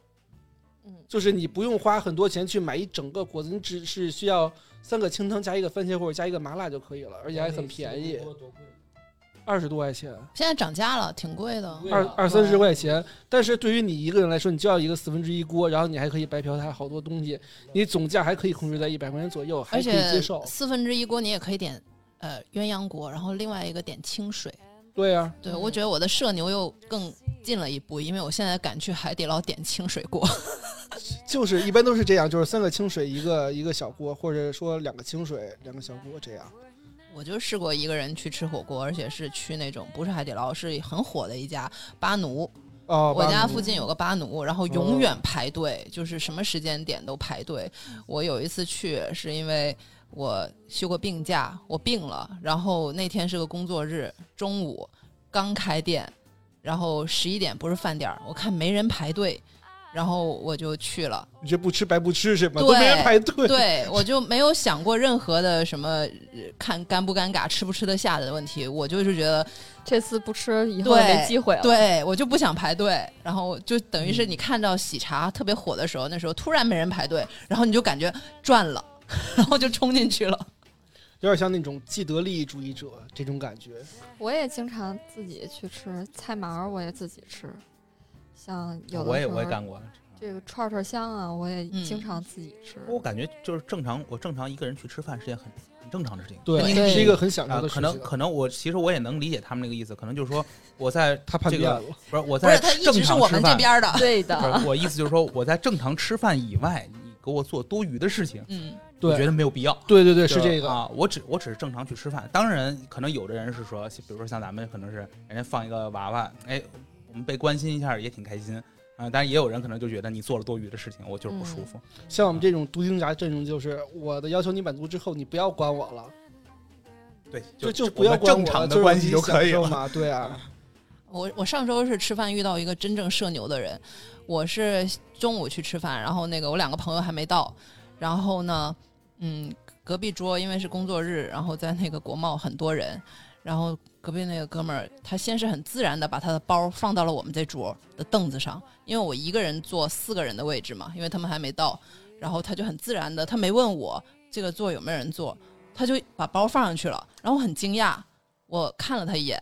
嗯
就是你不用花很多钱去买一整个锅子，你只是需要三个清汤加一个番茄或者加一个麻辣就可以了，而且还很便宜，二十多块钱，
现在涨价了，挺贵的。
二二三十块钱。但是对于你一个人来说，你就要一个四分之一锅，然后你还可以白嫖它好多东西，你总价还可以控制在一百块钱左右，还
而
可以接
且
受。
四分之一锅你也可以点呃鸳鸯锅，然后另外一个点清水。
对呀、啊。
对我觉得我的社牛又更进了一步，因为我现在敢去海底捞点清水锅。
就是一般都是这样，就是三个清水，一个一个小锅，或者说两个清水，两个小锅这样。
我就试过一个人去吃火锅，而且是去那种不是海底捞，是很火的一家巴奴。
哦，
我家
八
附近有个巴奴，哦然后永远排队，就是什么时间点都排队。我有一次去是因为我休过病假，我病了，然后那天是个工作日，中午刚开店，然后十一点不是饭点儿，我看没人排队，然后我就去了。
你这不吃白不吃是吗？
对
都没人排 队。
对我就没有想过任何的什么呃看尴不尴尬、吃不吃得下的问题，我就是觉得
这次不吃以后也
对
没机会了。
对我就不想排队，然后就等于是你看到喜茶特别火的时候，那时候突然没人排队，然后你就感觉赚了，然后就冲进去了。
有点像那种既得利益主义者这种感觉。
我也经常自己去吃菜毛儿，我也自己吃，像有的
我也
时候
我也干过。啊
这个串串香啊，我也
嗯
经常自己吃。
我感觉就是正常，我正常一个人去吃饭是件很很正常的事情。
对，
对
是一个很享
啊
受的，事
可
情。
能可能我其实我也能理解他们那个意思，可能就是说我在
他叛
这
变
个
了，
不是我
不是，
在
他一
正
直是
常
我
吃
们这
饭，
边的。
对的，
不是我意思就是说我在正常吃饭以外，你给我做多余的事情，
嗯，
我觉
对
得没有必要。
对对对，
就是
这个。
啊，我只我只是正常去吃饭。当然，可能有的人是说，比如说像咱们，可能是人家放一个娃娃，哎，我们被关心一下也挺开心啊。但是也有人可能就觉得你做了多余的事情，我就是不舒服。
像我们这种独行侠阵容，就是我的要求你满足之后，你不要管我了，
对，
就
就
不要
我们
管
正常
了
的关系就可以
就是我自己享受
了。
嘛。对啊，
我我上周是吃饭遇到一个真正社牛的人，我是中午去吃饭，然后那个我两个朋友还没到，然后呢，嗯，隔壁桌因为是工作日，然后在那个国贸很多人，然后隔壁那个哥们儿，他先是很自然的把他的包放到了我们这桌的凳子上，因为我一个人坐四个人的位置嘛，因为他们还没到，然后他就很自然的，他没问我这个座有没有人坐，他就把包放上去了，然后我很惊讶，我看了他一眼，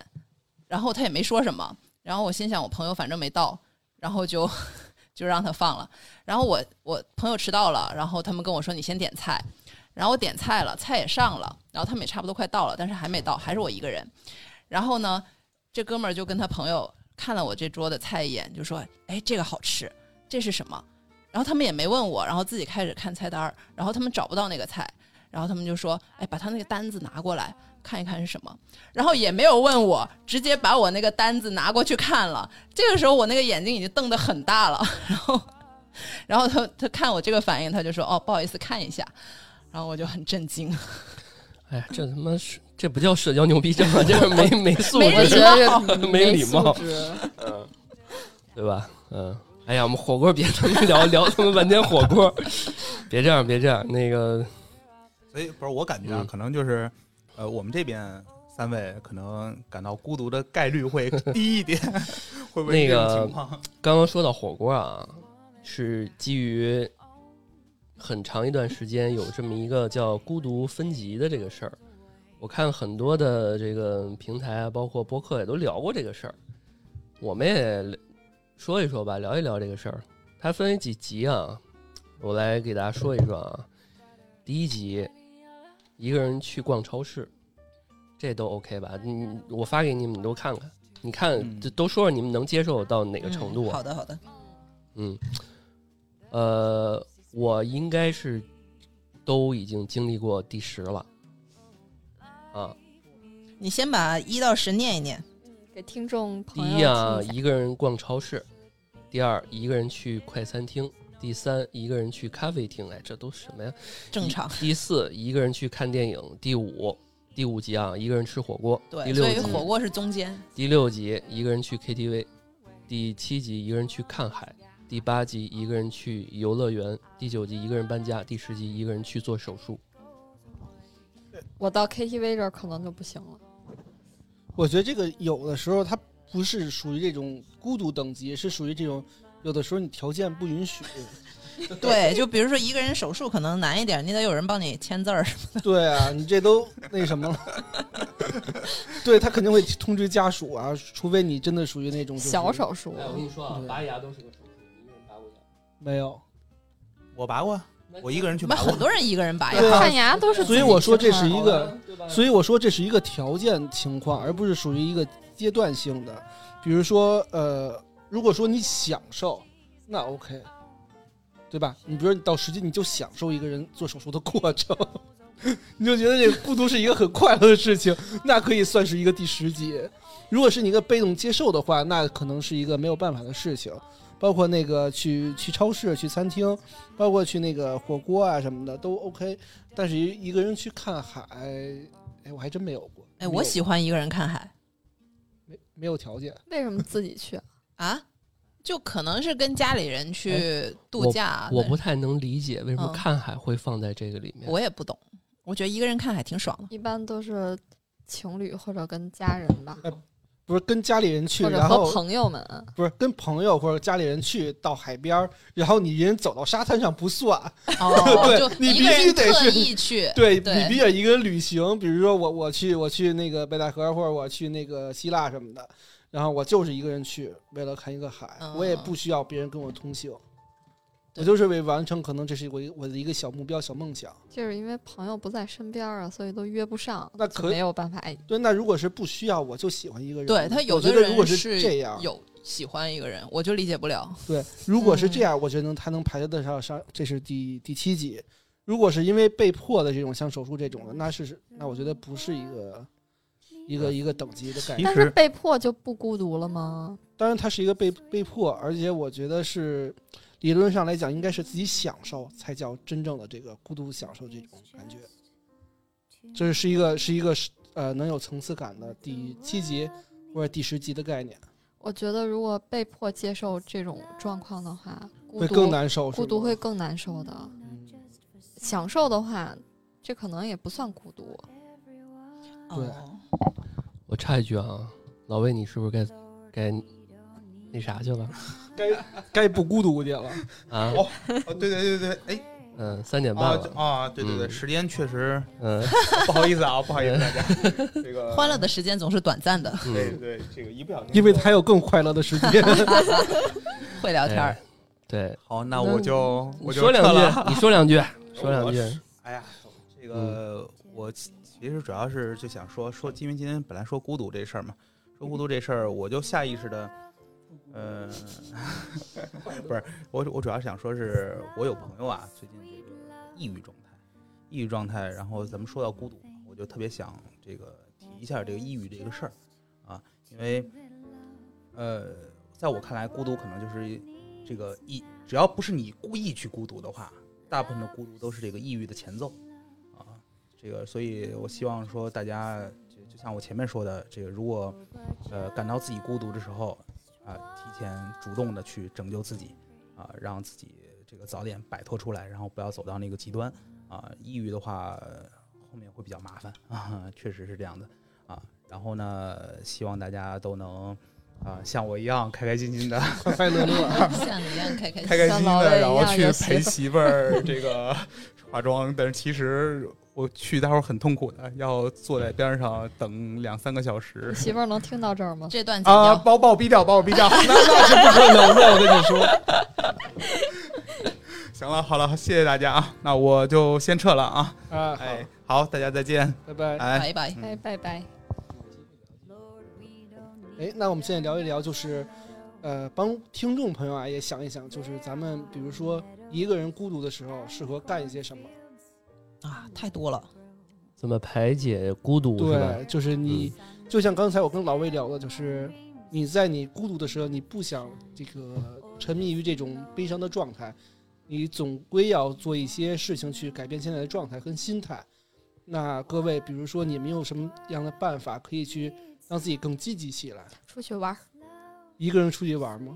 然后他也没说什么，然后我心想我朋友反正没到，然后就 就让他放了。然后我我朋友迟到了，然后他们跟我说你先点菜，然后我点菜了，菜也上了，然后他们也差不多快到了，但是还没到，还是我一个人。然后呢，这哥们儿就跟他朋友看了我这桌的菜一眼，就说：“哎，这个好吃，这是什么？”然后他们也没问我，然后自己开始看菜单儿，然后他们找不到那个菜，然后他们就说：“哎，把他那个单子拿过来看一看是什么。”然后也没有问我，直接把我那个单子拿过去看了。这个时候我那个眼睛已经瞪得很大了， 然后然后他他看我这个反应，他就说：“哦，不好意思，看一下。”然后我就很震惊，
哎呀，这他妈是这不叫社交牛逼症 啊，这是没没素
没
我
礼
觉
质，
貌
得这
没礼
素
貌嗯
质
对吧？嗯，哎呀，我们火锅别他妈聊聊他妈半天火 锅，别这样，别这样。那个，
所以不是我感觉啊，
嗯
可能就是呃，我们这边三位可能感到孤独的概率会低一点， 会不会
那
是这
个
种情况？
刚刚说到火锅啊，是基于很长一段时间有这么一个叫孤独分级的这个事儿。我看很多的这个平台啊，包括播客也都聊过这个事儿，我们也说一说吧，聊一聊这个事儿。它分为几集啊？我来给大家说一说啊。第一集，一个人去逛超市，这都 OK 吧？你我发给你们，你都看看，你看
嗯
这都说说你们能接受到哪个程度啊？
嗯好的，好的，
嗯，呃，我应该是都已经经历过第十了，啊，
你先把一到十念一念。
给听众
第
朋友
一啊，
听下
一个人逛超市；第二，一个人去快餐厅；第三，一个人去咖啡厅。哎，这都什么呀？
正常。
嗯
第四，一个人去看电影；第五，第五集啊，一个人吃火锅；第
对，
六
所以
集，
火锅是中间，
第六集一个人去 KTV，第七集一个人去看海，第八集一个人去游乐园，第九集一个人搬家，第十集一个人去做手术。
我到 KTV 这儿可能就不行了。
我觉得这个有的时候它不是属于这种孤独等级，是属于这种有的时候你条件不允 许。
对，就比如说一个人手术可能难一点，你得有人帮你签 字儿。
对啊，你这都那什么了？ 对他肯定会通知家属啊，除非你真的属于那种、就是、
小手术，
哎你说
啊拔
牙都是个手术，一个人拔过牙。
没有，
我拔过，我一个人去
我
拔
们
过
很。多人一个人拔牙
对，啊
看牙都是自己吃
所以
饭。
我说这是一个，
对
所以我说这是一个条件情况，而不是属于一个阶段性的。比如说，呃，如果说你享受，那 OK，对吧？你比如说你到十几，你就享受一个人做手术的过程， 你就觉得这个孤独是一个很快乐的事情，那可以算是一个第十级。如果是你一个被动接受的话，那可能是一个没有办法的事情。包括那个去去超市、去餐厅，包括去那个火锅啊什么的都 OK，但是一一个人去看海，哎，我还真没有过。
哎，
没
我
有
喜欢一个人看海
没没有条件，
为什么自己去？
啊，就可能是跟家里人去度假。
哎
啊
我
对
不，太能理解为什么
嗯
看海会放在这个里面。
我也不懂，我觉得一个人看海挺爽的。
一般都是情侣或者跟家人吧，
不是跟家里人去，
或者
然
和
后
朋友们。啊
不是跟朋友或者家里人去到海边儿，然后你一人走到沙滩上不算，
哦，就
你必
一个
须
人
得
特
是
意去，
对
对
你比较一个旅行，比如说我我去我去那个北戴河或者我去那个希腊什么的，然后我就是一个人去，为了看一个海，
嗯
我也不需要别人跟我同行，
对
我就是为完成可能这是我一我的一个小目标小梦想。
就是因为朋友不在身边啊，所以都约不上，
那
就
可以
没有办法。哎
对，那如果是不需要，我就喜欢一个人。
对他有
我觉
的
得如果
人
是这样，
有喜欢一个人，我就理解不了。
对，如果是
嗯
这样，我觉得能他能排得上上，这是第第七集。如果是因为被迫的这种，像手术这种的，那是那我觉得不是一个一个一个等级的概
其
念。
但是
实
被迫就不孤独了吗？
当然，它是一个被被迫，而且我觉得是理论上来讲，应该是自己享受才叫真正的这个孤独享受这种感觉。这是一个是一个呃能有层次感的第七集或者第十集的概念，
我觉得如果被迫接受这种状况的话，孤
会
独
更难受，是
孤独
吗
会更难受的。
嗯
享受的话，这可能也不算孤独。
对
哦，
我插一句啊，老魏，你是不是该该那啥去了
该不孤独去了。
啊？
哦哦，对对对对，哎，
嗯，三点
啊
半
就
了，
啊，对对对，
嗯
时间确实
嗯
不好意思啊，不好意思大家，这个
欢乐的时间总是短暂的，
对
嗯，
对，这个一不小心就，
因为他有更快乐的时 间。
会聊天儿。
哎对，
好，那我就
你
我就
说两
撤了
句，你说两句，说两
我
句，
哎呀，这个我其其实主要是就想说说，因为今天本来说孤独这事儿嘛，说孤独这事儿，我就下意识的，呃， 不是我我主要想说是我有朋友啊，最近这个抑郁状态，抑郁状态，然后咱们说到孤独嘛，我就特别想这个提一下这个抑郁这个事儿啊，因为呃，在我看来，孤独可能就是这个抑，只要不是你故意去孤独的话。大部分的孤独都是这个抑郁的前奏啊。这个，所以我希望说大家就就像我前面说的，这个如果呃感到自己孤独的时候啊，提前主动的去拯救自己啊，让自己这个早点摆脱出来，然后不要走到那个极端啊。抑郁的话，呃后面会比较麻烦 啊，确实是这样的啊。然后呢，希望大家都能啊像我一样开开心心的。
快快乐乐，
像你一样开开
开开心心的，然后
像
去
老魏一样有
陪
媳妇
媳妇儿这个 化妆，但是其实我去待会儿很痛苦的，要坐在边上等两三个小时
你媳妇儿能听到这儿吗？
这段剪
啊！
掉，
把我把我逼掉，把我逼 掉！那
那是不可能的，我跟你说。
行了，好了，谢谢大家啊，那我就先撤了啊！
啊，好，
哎，好，大家再见，
拜拜。
拜
哎。
嗯
拜。
哎，拜拜。
哎，那我们现在聊一聊，就是呃，帮听众朋友啊也想一想，就是咱们比如说一个人孤独的时候，适合干一些什么？
啊，太多了，
怎么排解孤独是吧？嗯
对，就是你，就像刚才我跟老魏聊的，就是你在你孤独的时候，你不想这个沉迷于这种悲伤的状态，你总归要做一些事情去改变现在的状态跟心态。那各位，比如说你们有什么样的办法可以去让自己更积极起来？
出去玩儿，
一个人出去玩吗？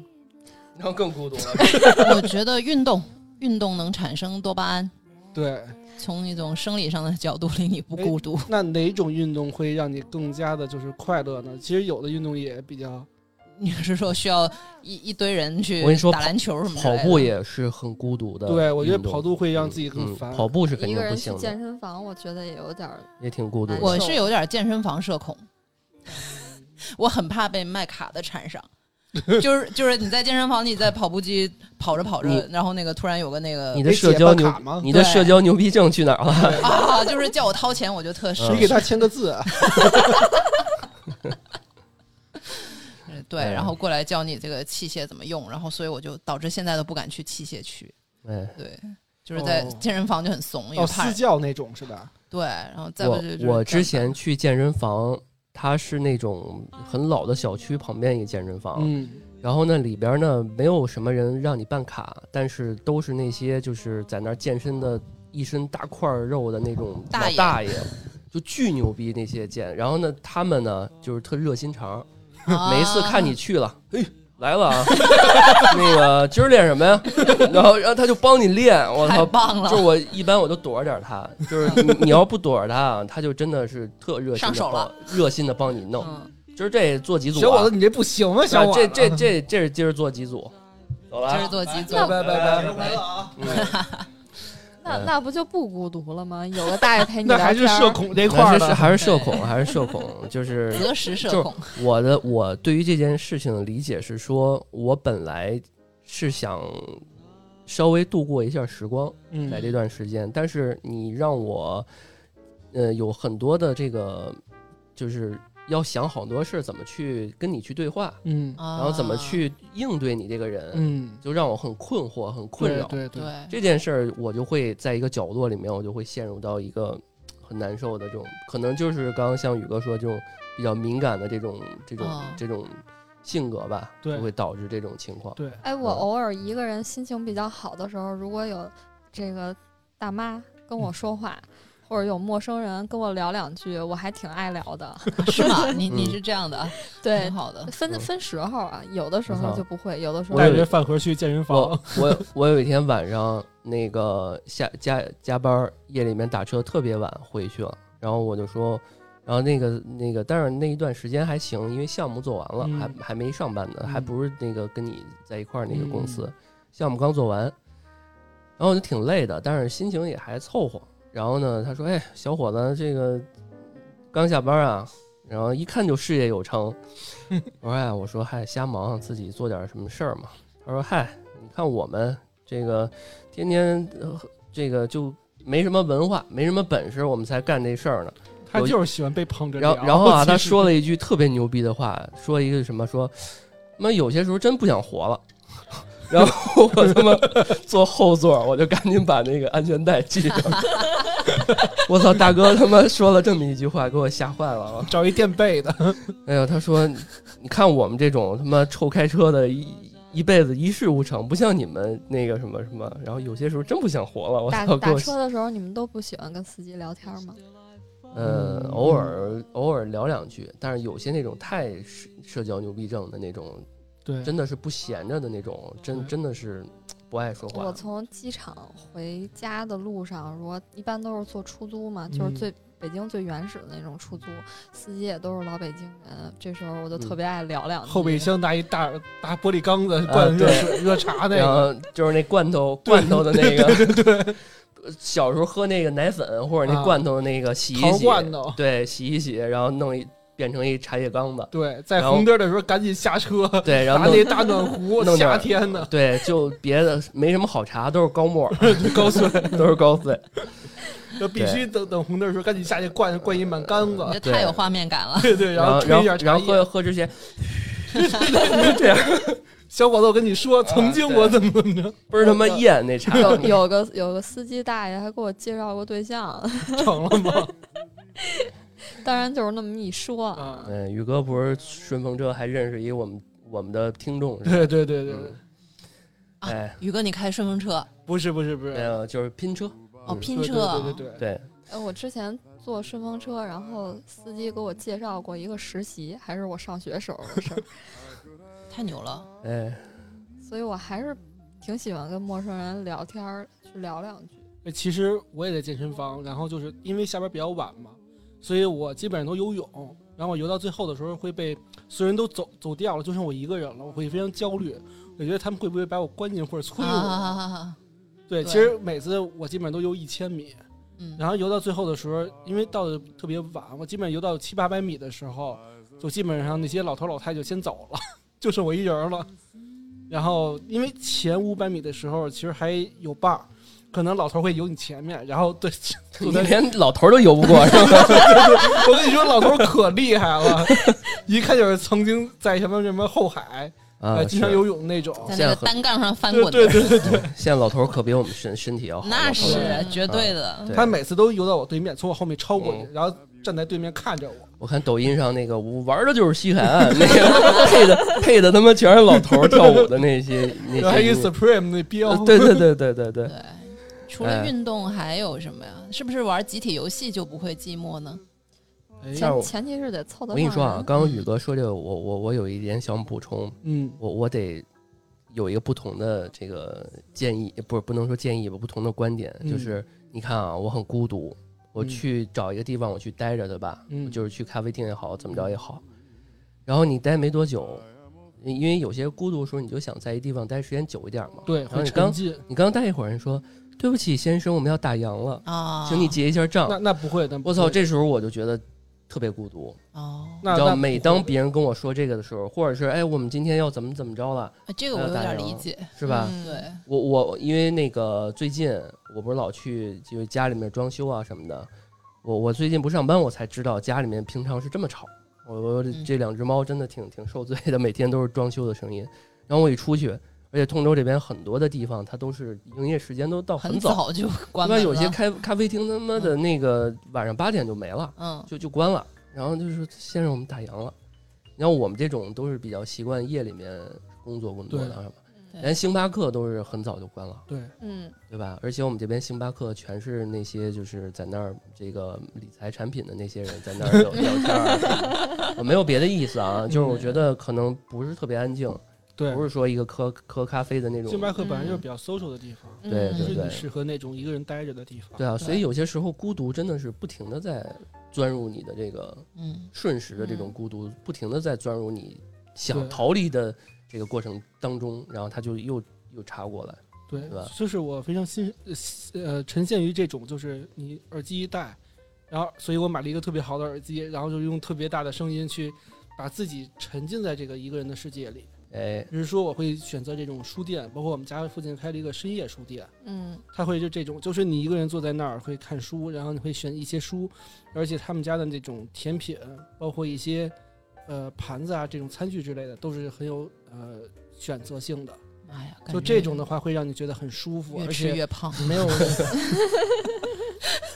然后更孤独了。
我觉得运动，运动能产生多巴胺，
对，
从一种生理上的角度 令你不孤独。
那哪种运动会让你更加的就是快乐呢？其实有的运动也比较，
你是说需要一一堆人去
我跟你说
打篮球什么之
跑
类的
步也是很孤独的运动，
对我觉得跑步会让自己
嗯
更烦。
跑步是肯
一
定
个
不
人去
行的，
健身房，我觉得也有点儿。
也挺孤独的。
我是有点健身房社恐， 我很怕被麦卡的缠上。 就是就是你在健身房，你在跑步机跑着跑着，然后那个突然有个那个
你的
给
社
解
交
办
牛
卡，吗？
你的
对
社交牛逼症去哪儿了？
啊，就是叫我掏钱，我就特生
你
嗯
给他签个字啊，
气对，
嗯
然后过来教你这个器械怎么用，然后所以我就导致现在都不敢去器械区，
哎，
对， 就是在
哦
健身房就很怂，因为
哦，
怕
私教那种是吧？
对，然后再不
我
就就是
我
这样
之前去健身房，它是那种很老的小区旁边一个健身
哦
房，
嗯，
然后呢里边呢没有什么人让你办卡，但是都是那些就是在那儿健身的，一身大块肉的那种
大
老
爷
大爷，就巨牛逼那些健。然后呢他们呢就是特热心肠，
啊
每一次看你去了，嘿。来了啊， 那个今儿练什么呀？然后，然后他就帮你练，我
太
操，
棒
就是
了，
我一般我都躲着点儿他，就是你你要不躲着他啊，他就真的是特热心
上
的
手
帮
了，
热心的帮你弄。
嗯，
今儿这做几组、啊？
小伙子，你这不行 啊，
对
小伙子，
这这这这是今儿做几组？走了
今儿
啊，嗯
做几组，
拜拜拜拜。
了啊！
那
嗯
那不就不孤独了吗？有个大 爷陪你
那还
聊
是
天
社
儿，
恐这块
还是
儿的。
还是社恐，还是社恐，就是
择时社
就是
恐，
我的我对于这件事情的理解是说，我本来是想稍微度过一下时光， 在
嗯，
这段时间，但是你让我，呃，有很多的这个，就是要想好多事儿怎么去跟你去对话，
嗯
然
然后怎么去应对你这个人，
嗯，
就让我很困惑、很困
对
扰。
对
对
对，
这件事儿，我就会在一个角落里面，我就会陷入到一个很难受的这种，可能就是刚刚像宇哥说这种比较敏感的这种、这种、
哦
这种性格吧，
对
就会导致这种情况。
对，
哎，
嗯
我偶尔一个人
嗯
心情比较好的时候，如果有这个大妈跟我说话，或或者有陌生人跟我聊两句，我还挺爱聊 的。
是吗？你
嗯
你是这样的，啊，
对呃
挺，好的。
分
嗯
分时候啊，有的时
我
候
操
就不会，有的时候
我
带
有
着这饭盒去健身
我
房，
我我有一天晚上那个下加加班儿，夜里面打车特别晚回去了，然后我就说，然后那个那个，但是那一段时间还行，因为项目做完了，
嗯
还还没上班呢，
嗯
还不是那个跟你在一块儿那个公司，
嗯
项目刚做完，然后我就挺累的，但是心情也还凑合。然后呢，他说：“哎，小伙子，这个刚下班啊，然后一看就事业有成。我说：“哎，我说嗨，瞎忙，自己做点什么事儿嘛。”他说：“嗨，你看我们这个天天、呃这个就没什么文化，没什么本事，我们才干这事儿呢。
他就是喜欢被捧着
然
聊。
后，然后啊，
其实
他说了一句特别牛逼的话，说一个什么说，那有些时候真不想活了。” 然后我他 妈坐后座，我就赶紧把那个安全带系上。我操，大哥他妈说了这么一句话，给我吓坏了。我
找一垫背 的，
哎呦，他说，你看我们这种他妈臭开车的，一一辈子一事无成，不像你们那个什么什么。然后有些时候真不想活了，我
打
操，给
打
我
车的时候，你们都不喜欢跟司机聊天吗？
嗯
嗯
呃，偶尔偶尔聊两句，但是有些那种太社社交牛逼症的那种，
对，
真的啊是不闲着的那种，真
对
真的是不爱说
我
话。
从机场回家的路上，如果一般都是坐出租嘛，就是
嗯
最北京最原始的那种出租，司机也都是老北京人。这时候我就特
嗯
别爱聊两句。
后备箱拿一大大玻璃缸子灌热水、 热茶
啊
那
然
个，
后就是那罐头罐头的那个，对对小时候喝那个奶粉或者那
啊
罐头的那个洗一
桃
洗，
罐头。
对，洗一洗，然后弄一变成一茶叶缸子，
对，在红灯的时候赶紧下车，
对， 然
拿
后
那
弄
大暖壶，
弄点
夏天呢，
对，就别的没什么好茶，都是高沫儿，
高碎，
都是高 碎。
那必须等等红灯的时候赶紧下去灌灌一满缸子
你，这
对
太有画面感了，
对对，
然
后
后然
吹一
后
下
然后
茶
喝
叶。
喝之 前， 这样
小伙子，我跟你说，
啊
曾经我怎么怎么着
倍儿他妈艳那 茶。
有有个有个司机大爷还给我介绍过对象，
成了 吗？
当然就是那么一说啊。
啊，
嗯，宇哥不是顺风车还认识一个我们我们的听众 是吧？
对对对对，对
嗯哎，
宇哥，你开顺风车
不是不是不是
没，有，就是拼车，
哦，
嗯
拼
对
车，
对对对对，
对，
呃，我之前坐顺风车，然后司机给我介绍过一个实习，还是我上学时候的事儿，
太牛了。
哎，
所以我还是挺喜欢跟陌生人聊天儿，去聊两句。
哎其实我也在健身房，然后就是因为下班比较晚嘛，所以我基本上都游泳。然后我游到最后的时候会被所有人都走走掉了，就剩我一个人了，我会非常焦虑。我觉得他们会不会把我关进或者催我？
啊，
对，
对
其实每次我基本上都游一千米，
嗯，
然后游到最后的时候，因为到的特别晚，我基本上游到七八百米的时候，就基本上那些老头老太就先走了， 就剩我一人了。然后因为前五百米的时候，其实还有伴儿，可能老头会游你前面，然后对，
你连老头儿都游不过是吧？
我跟你说，老头可厉害了， 一看就是曾经在什么什么后海
啊，
呃经常
是
游泳那种。
在
现
那个
在
单
很
杠上翻
对
滚
对
的，
对对对，
现在老头儿可比我们身身体要好，
那
老头儿
是
们
绝对的。
对
他每次都游到我对面，从我后面超过去，
嗯
然后站在对面看着我。
我看抖音上那个我玩的就是西海岸，那个配的配的他妈全是老头儿跳舞的那 些那
然后还
些
有一
音乐。
Supreme 那标
呃，对对对对对对，
对，除了
哎
运动还有什么呀？是不是玩集体游戏就不会寂寞呢？
但是
前
哎我
前提是得凑得
我跟
上人。
你说啊，刚刚宇哥说这个，我我我有一点想补充，
嗯，
我我得有一个不同的这个建议，不是不能说建议吧，不同的观点，
嗯
就是你看啊，我很孤独，我
嗯
去找一个地方我去待着，对吧？
嗯
就是去咖啡厅也好，怎么着也好，然后你待没多久，因因为有些孤独的时候，你就想在一地方待时间久一点嘛。
对，
然后
会
你
沉
刚
浸。
你刚待一会儿，人说对不起，先生，我们要打烊了，
啊，
请你结一下账。
那那不会，那不
我操，
会
这时候我就觉得特别孤独。
哦，
那
你知
那
道，
不
每
会
当别人跟我说这个的时候，或者是哎，我们今天要怎么怎么着了，
啊这个我有点理解，
是吧？
嗯
对，
我我因为那个最近我不是老去就是家里面装修啊什么的，我我最近不上班，我才知道家里面平常是这么吵。我我
嗯
这两只猫真的挺挺受罪的，每天都是装修的声音。然后我一出去，而且通州这边很多的地方它都是营业时间都到
很
早，
早就
一
关门
般
了。
有些开咖啡厅他妈的那个晚上八点就没了。
嗯，
就就关了。然后就是先生，我们打烊了。你像我们这种都是比较习惯夜里面工作工作
对
的，啊连星巴克都是很早就关了，
对，
嗯，
对吧？而且我们这边星巴克全是那些就是在那儿这个理财产品的那些人在那儿聊聊天儿，我没有别的意思啊，就是我觉得可能不是特别安静，
对
不，是说一个喝喝咖啡的那种。
星巴克本来就是比较 social 的地方，
嗯
对
就
对
是
对
你适合那种一个人待着的地方。
对啊，所以有些时候孤独真的是不停的在钻入你的这个
嗯，
瞬时的这种孤独，不停的在钻入你想
对
逃离的这个过程当中，然后他就又又插过来。
对
对吧，
就是我非常欣呃呃沉陷于这种，就是你耳机一戴，然后所以我买了一个特别好的耳机，然后就用特别大的声音去把自己沉浸在这个一个人的世界里。
哎，
比如说，我会选择这种书店，包括我们家附近开了一个深夜书店，
嗯，
它会就这种，就是你一个人坐在那儿会看书，然后你会选一些书，而且他们家的那种甜品，包括一些呃盘子啊这种餐具之类的，都是很有呃选择性的。
哎
妈呀，
就这种的话，会让你觉得很舒服，
越
而
吃
且
越胖，
没 有，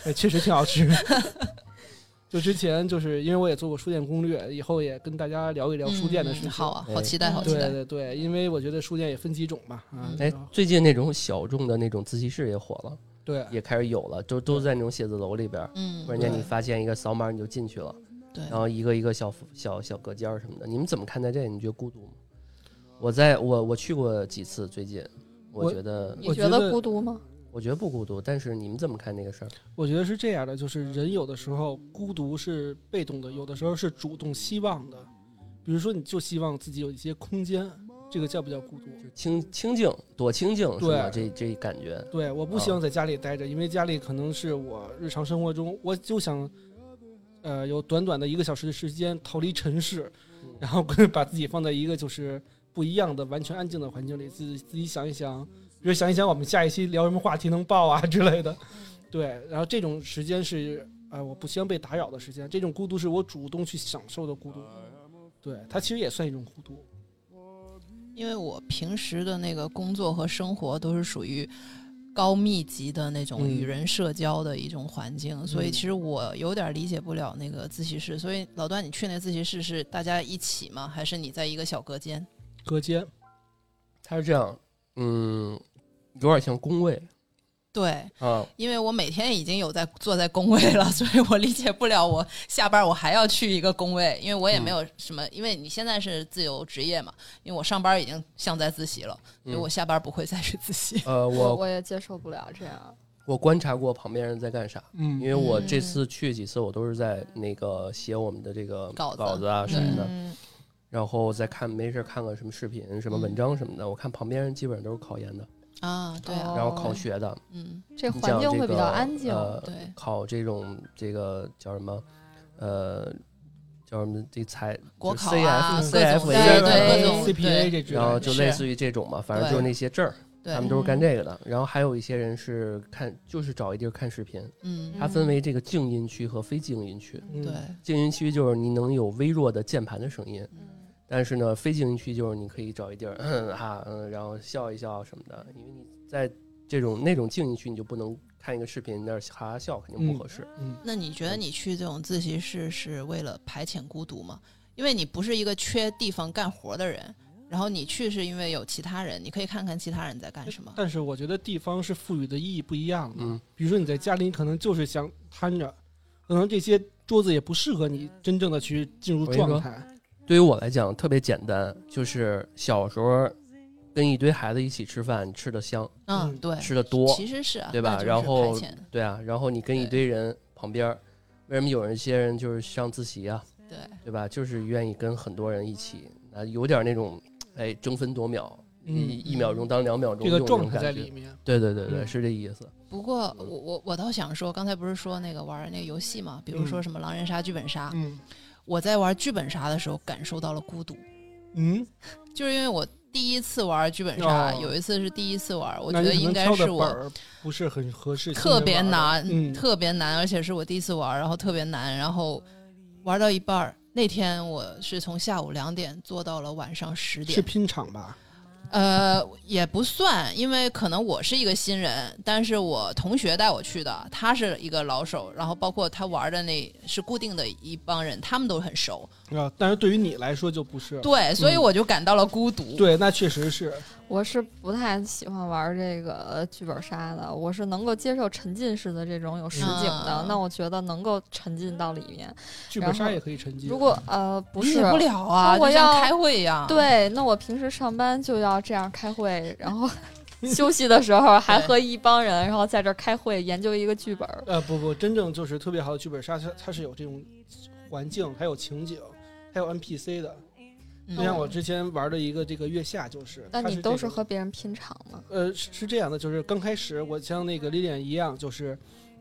哎，确实挺好吃。就之前就是因为我也做过书店攻略，以后也跟大家聊一聊书店的事情。
嗯好啊，
哎
好期待，好期
对
待。
对对，因为我觉得书店也分几种嘛，啊，
嗯
哎
然后，
最近那种小众的那种自习室也火了，
对
也开始有了，都都在那种写字楼里边儿，
嗯，
突然间
对
你发现一个扫码你就进去了，
对
然后一个一个小小小隔间儿什么的，你们怎么看待这个？你觉得孤独吗？我在我我去过几次，最近我
我
觉得
你
我
觉
觉
得
得
孤独吗？
我觉得不孤独，但是你们怎么看这个事儿？
我觉得是这样的，就是人有的时候孤独是被动的，有的时候是主动希望的。比如说，你就希望自己有一些空间，这个叫不叫孤独？
清清静，多清静是吧？这
对
这感觉，
对，我不希望在家里待着，因为家里可能是我日常生活中，我就想，呃，有短短的一个小时的时间逃离尘世，然后把自己放在一个就是不一样的、完全安静的环境里，自己自己想一想，比如想一想我们下一期聊什么话题能爆啊之类的。对，然后这种时间是呃，我不希望被打扰的时间，这种孤独是我主动去享受的孤独。对，它其实也算一种孤独。
因为我平时的那个工作和生活都是属于高密集的那种
嗯
与人社交的一种环境，所以其实我有点理解不了那个自习室。所以老段，你去那自习室是大家一起吗？还是你在一个小隔间？
隔间，
它是这样，嗯，有点像工位
对，
啊，
因为我每天已经有在坐在工位了， 所以我理解不了我下班我还要去一个工位，因为我也没有什么，因为你现在是自由职业嘛，因为我上班已经像在自习了，所以我下班不会再去自习。
呃，
我
我
我也接受不了这样。
我观察过旁边人在干啥，
嗯
因为我
嗯
这次去几次，我都是在那个写我们的这个
稿子
稿子啊什么的，
嗯，
然后再看没事看看什么视频、什么
嗯
文章什么的。我看旁边人基本上都是考研的，
啊，对啊，
哦
然后考学的，
嗯，
这
你
环
讲
境
这
会比
个
较安静。
呃
对，
考这种这个叫什么，呃，叫什么这财
国
就是
考啊，
CF
各
CF
种对对
对
各种
CPA
对
这之类
然后
的，
就类似于这种嘛，反正就是那些证儿，他们
对，
都是干这个的。然后还有一些人是看，就是找一地儿看视频，
嗯，
它分为这个静音区和非静音区。
嗯
对，
静音区就是你能有微弱的键盘的声音，
嗯
但是呢，非静音区就是你可以找一地儿 嗯哈嗯，然后笑一笑什么的，因为你在这种那种静音区，你就不能看一个视频在那儿哈哈笑，肯定不合适。
嗯，
那你觉得你去这种自习室是为了排遣孤独吗？因为你不是一个缺地方干活的人，然后你去是因为有其他人，你可以看看其他人在干什么。
但是我觉得地方是赋予的意义不一样的。
啊嗯
比如说你在家里，你可能就是想瘫着，可能这些桌子也不适合你真正的去进入状态。
对于我来讲特别简单，就是小时候跟一堆孩子一起吃饭，吃的香，
嗯，
嗯
对，
吃的多，
其实是啊
对吧
那就是
然后
排遣
对啊，然后你跟一
对
堆人旁边儿，为什么有一些人就是上自习啊，
对
对吧？就是愿意跟很多人一起，啊，有点那种哎争分夺秒，
嗯，
一一秒钟当两秒钟
这个
用那
状
种
态在
感觉
里面。
对对对对，
嗯
是这意思。
不过我
嗯
我我倒想说，刚才不是说那个玩那个游戏嘛，比如说什么狼人杀、剧本
啊
杀，
嗯
我在玩剧本杀的时候感受到了孤独，
嗯，
就是因为我第一次玩剧本杀，
哦
有一次是第一次玩，我
那
觉
你
得
可
应
能
该
挑
是
的本
我
儿不是很合适，
特别
新人玩
难
的，嗯，
特别难，而且是我第一次玩，然后特别难，然后玩到一半儿，那天我是从下午两点做到了晚上十
是
点，
拼场吧？
呃，也不算，因为可能我是一个新人，但是我同学带我去的，他是一个老手，然后包括他玩的那是固定的一帮人，他们都很熟，
啊，但是对于你来说就不是。
对，所以
嗯
我就感到了孤独。
对，那确实是。
我是不太喜欢玩这个剧本杀的，我是能够接受沉浸式的这种有实景的，
嗯
那我觉得能够沉浸到里面。
剧本
然
杀
后
也可以沉浸。
如果呃不
理
是
解不了啊，
如果
就像
要
开会一样。，
对，那我平时上班就要这样开会，然 后休息的时候还和一帮人，然后在这儿开会研究一个剧本儿。
呃不不，真正就是特别好的剧本杀，它它是有这种环境，还有情景，还有 NPC 的。就像
嗯，
我之前玩的一个这个月下，就是，
那
它
你
这
都是
种
和别人拼场吗？
呃，是是这样的，就是刚开始我像那个 Lilian 一样，就是，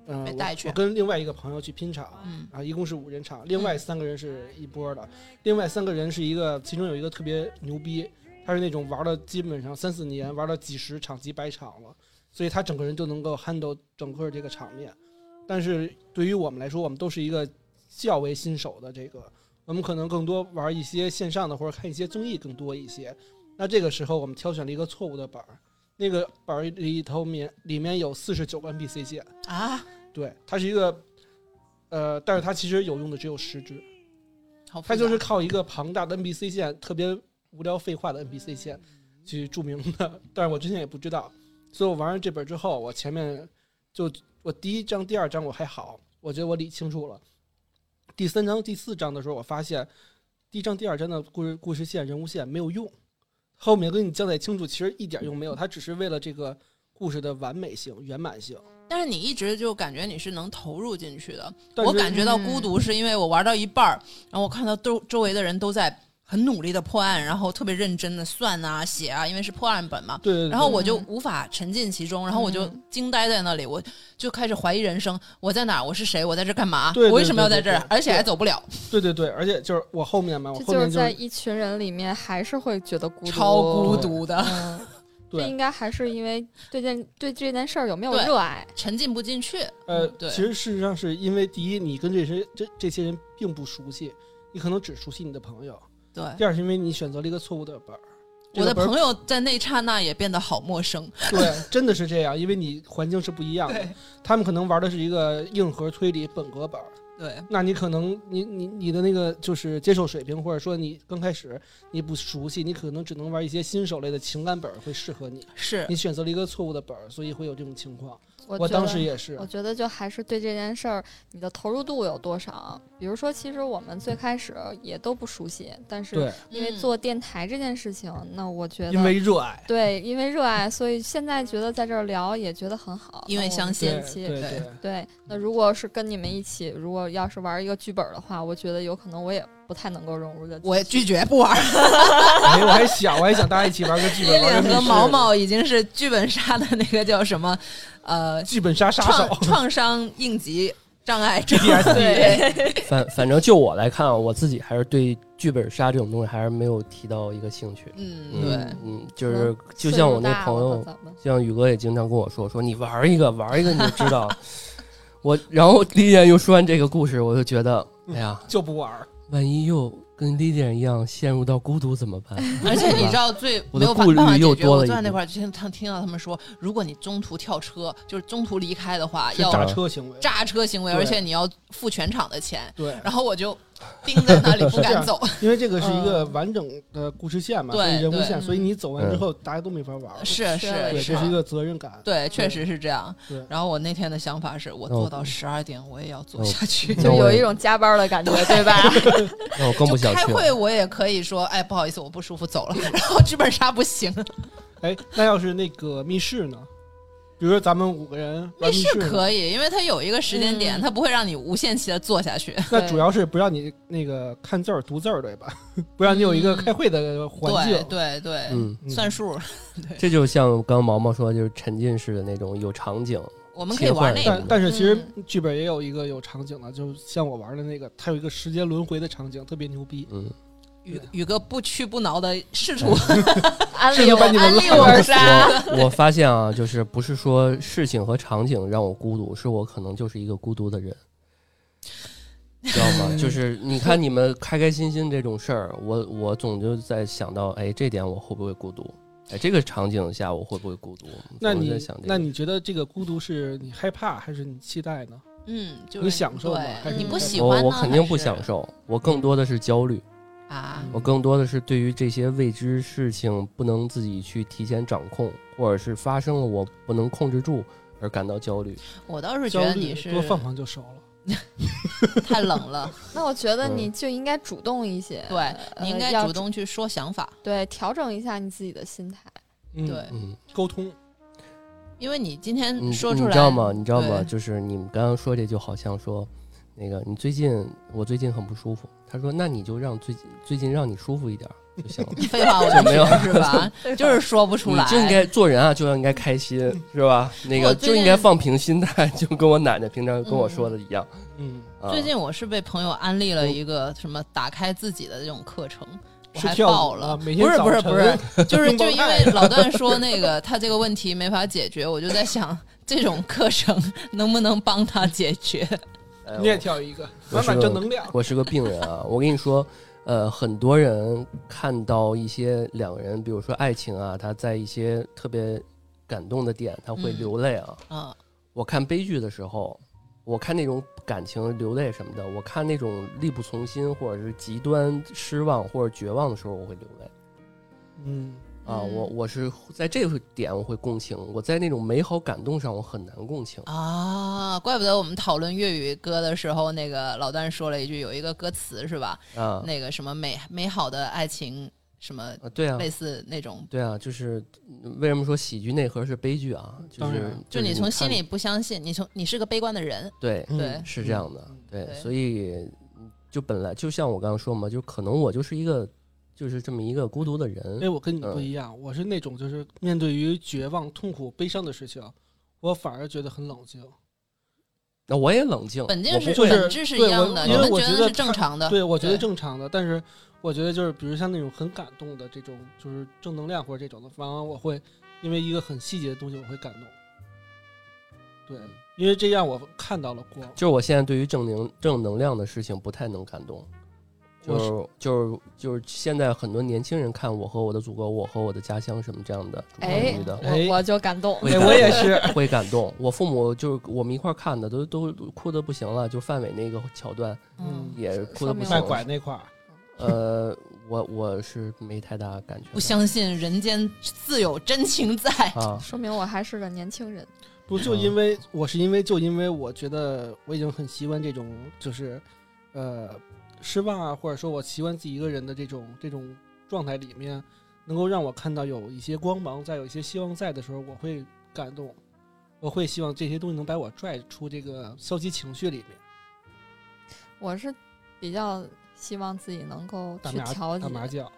嗯、
被
我
带去
我跟另外一个朋友去拼场，
嗯
啊，一共是五人场，另外三个人是一波的，另外三个人是一个，其中有一个特别牛逼，他是那种玩了基本上三四年，玩了几十场、几百场了，所以他整个人就能够 handle 整个这个场面。但是对于我们来说，我们都是一个较为新手的这个，我们可能更多玩一些线上的或者看一些综艺更多一些。那这个时候我们挑选了一个错误的板儿，那个板儿里头面里面有四十九个 NPC 线，
啊，
对，它是一个，呃，但是它其实有用的只有十只，
好复
它
杂，
就是靠一个庞大的 NPC 线，特别无聊废话的 NPC 线去著名的， 但是我之前也不知道，所以我玩完这本之后，我前面就我第一章、第二章我还好，我觉得我理清楚了，第三章、第四章的时候，我发现第一章、第二章的故事故事线、人物线没有用，后面跟你交代清楚，其实一点用没有，它只是为了这个故事的完美性、圆满性。
但是你一直就感觉你是能投入进去的。
但
我
是嗯
感觉到孤独是因为我玩到一半儿，然后我看到周周围的人都在很努力的破案，然后特别认真的算啊、写啊，因为是破案本嘛。
对对对，
然后我就无法沉浸其中，然后我就
嗯
惊呆在那里，我就开始怀疑人生：我在哪儿？我是谁？我在这干嘛？
对对
我为什么要在这
对
儿
对？对
而且还走不了，
对对对，而且就是我后面嘛，我
这
后
就
面
是
就
在
是
一群人里面，还是会觉得孤独，
超孤独的，
嗯，这
对
应该还是因为对件对这件事儿有没有
对
热爱，
沉浸不进去。
嗯
嗯
呃，
对
其实事实上是因为第一，你跟这些这这些人并不熟悉，你可能只熟悉你的朋友；
哎
对，
第二是因为你选择了一个错误的本儿。这
我的
个本儿
朋友在那一刹那也变得好陌生。
对，真的是这样，因为你环境是不一样的
对。
他们可能玩的是一个硬核推理本格本儿，
对，
那你可能你你你的那个就是接受水平，或者说你刚开始你不熟悉，你可能只能玩一些新手类的情感本儿会适合你。
是
你选择了一个错误的本儿，所以会有这种情况。
我
我
觉
当
得
时也是啊
我，觉得就还是对这件事儿你的投入度有多少。比如说，其实我们最开始也都不熟悉，但是
对，
因为
嗯
做电台这件事情，那我觉得
因为热爱。
对，因为热爱，所以现在觉得在这儿聊也觉得很好。
因为
那我
相
们
信
这
对
一期
对
对
对
对，那如果是跟你们一起，如果要是玩一个剧本的话，我觉得有可能我也不太能够融入的。
我拒绝不玩儿。
哎，我还想，我还想大家一起玩个剧
伊
本，玩
脸
个
和
密室
毛毛已经是剧本杀的那个叫什么？呃，
剧本杀杀
创
手
创伤应急障碍症。
对，
反反正就我来看啊，我自己还是对剧本杀这种东西还是没有提到一个兴趣。
嗯，
嗯
对，
嗯，就是就像我那朋友，就像宇哥也经常跟我说，说你玩一个玩一个你就知道。 我然后丽艳又说完这个故事，我就觉得，哎呀，
就不玩儿。
万一又跟丽艳一样陷入到孤独怎么办？
而且你知道最
我
没
的
有办
顾虑
办法
又
解决，
多了
我
一
坐在那
步
块儿就听他听到他们说，如果你中途跳车，就是中途离开的话，
是
要
砸车行为，
炸车行为，
对
而且你要付全场的钱。
对，
然后我就盯 在那里不
这
敢
样
走，
因为这个是一个完整的故事线嘛，
嗯对嗯
所以人物线，
对
所以你走完之后大家都没法玩儿。
是
是
的
是
对，这是一个责任感。
对，确实是这样
对。
然后我那天的想法是我
那我
做到十二点，我也要做
那我
下去。
那
就
我
有
也
一种加班的感觉，对吧？
那我更不
就
想
开
去
会
了。
我也可以说，哎，不好意思，我不舒服，走了。 然后剧本杀不行，
哎，那要是那个密室呢？比如说咱们五个人玩
密
密
室
室呢，
可以，因为它有一个时间点，
嗯
它不会让你无限期的做下去。
那主要是不让你那个看字儿、读字儿，对吧？ 不让你有一个开会的环
嗯对
境。
对对，
嗯，
嗯
算数，
这就像刚刚毛毛说，就是沉浸式的那种有场景，
我们可以玩那
切换
个。
但但是其实
嗯
剧本也有一个有场景的，就像我玩的那个，它有一个时间轮回的场景，特别牛逼。
嗯，
宇宇哥不屈不挠的
嗯
试 图，
安
是
利
不
我，
是把
安
你们
利
拉
我杀。
我我发现啊，就是不是说事情和场景让我孤独，是我可能就是一个孤独的 人，知道吗？就是你看你们开开心心这种事儿，我我总就在想到，哎，这点我会不会孤独？哎，这个场景下我会不会孤独？
那
总是
你
在想这个、
那你觉得这个孤独是你害怕还是你期待呢？
嗯，就是
你享受吗还
对，
是你
你不
害怕
喜欢
哦我
呢
我肯定不
还是
享受，我更多的是焦虑。
啊，
嗯
我更多的是对于这些未知事情不能自己去提前掌控，或者是发生了我不能控制住而感到焦虑。
我倒是觉
焦
得
虑
你是
多放放就熟了。
太冷了，
那我觉得
嗯
你就应该主动一些，
对
呃
你应该
要
主动去说想法，
对调整一下你自己的心态。
嗯
对，
嗯，
沟通
因为你今
你
天嗯说出来，
嗯你知道吗？你知道吗？
对
就是你们刚刚说这就好像说，那个你最近我最近很不舒服。他说那你就让最近最近让你舒服一点儿就行了。
废话我
就没有
就是 吧？ 就是说 不出
你
来，
就应该做人啊，就应该开 心，是吧？那
我
个
最
就
近
应该放平心态，就跟我奶奶平常跟我说的一样。
嗯，
啊
最近我是被朋友安利了一个什么打开自己的这种课程，我
是
还
跳舞
报
啊
了。
每天
不是
早
不是不是
晨，
就是
拥
就
抱
因
太
为老段说那个他这个问题没法解决，我就在想这种课程能不能帮他解 决？
哎
你也跳一个，
我
满
是
满
个
正能量。
我是个病人啊，我跟你说，呃，很多人看到一些两个人，比如说爱情啊，他在一些特别感动的点，他会
嗯
流泪啊。
嗯，
我看悲剧的时候，我看那种感情流泪什么的，我看那种力不从心或者是极端失望或者绝望的时候，我会流泪
嗯，
啊。
嗯
我我是在这个点我会共情，我在那种美好感动上我很难共情。
啊，怪不得我们讨论粤语歌的时候，那个老段说了一句，有一个歌词是吧？
啊，
那个什么美美好的爱情，什么
啊对
嗯
啊，
类似那种，
对啊，就是嗯为什么说喜剧内核是悲剧啊？就
当
是
然
就你从心
看
里不相信，你从你是个悲观的人，
对
嗯
对
是这样的，对，
对
所以就本来就像我刚刚说嘛，就可能我就是一个就是这么一个孤独的人
哎，，我跟你不
嗯
一样，我是那种就是面对于绝望、痛苦、悲伤的事情，我反而觉得很冷静。
那我也冷静，
本
我
质
不
是
会
本质是一
对
样
我
的，
因
你
为
们
我
觉
觉
得
得
是正
他
常的，
对，我觉得
对
正常的，但是我觉得就是比如像那种很感动的这种，就是正能量或者这种的，往往我会因为一个很细节的东西我会感动。对，
嗯
因为这样我看到了光。
就是我现在对于正能正能量的事情不太能感动，就
我是
是就是就是现在很多年轻人看我和我的祖国，我和我的家乡什么这样的
哎
女嗯的。
哎
我我就感动，
会
哎
感
我也
动
是
会感动，我父母就是我们一块儿看的，都都哭的不行了。就范伟那个桥段
嗯，
也哭的不行
说明
卖
了。
拐那块儿，
呃，我我是没太大感觉的，
不相信人间自有真情 在。
啊，
说明我还是个年轻人。
不就
嗯
因为我是因为就因为我觉得我已经很习惯这种就是，呃，失望啊，或者说我习惯自己一个人的这种这种状态里面，能够让我看到有一些光芒在，有一些希望在的时候，我会感动，我会希望这些东西能把我拽出这个消极情绪里面。
我是比较希望自己能够
打
去
麻
调节
打，麻将，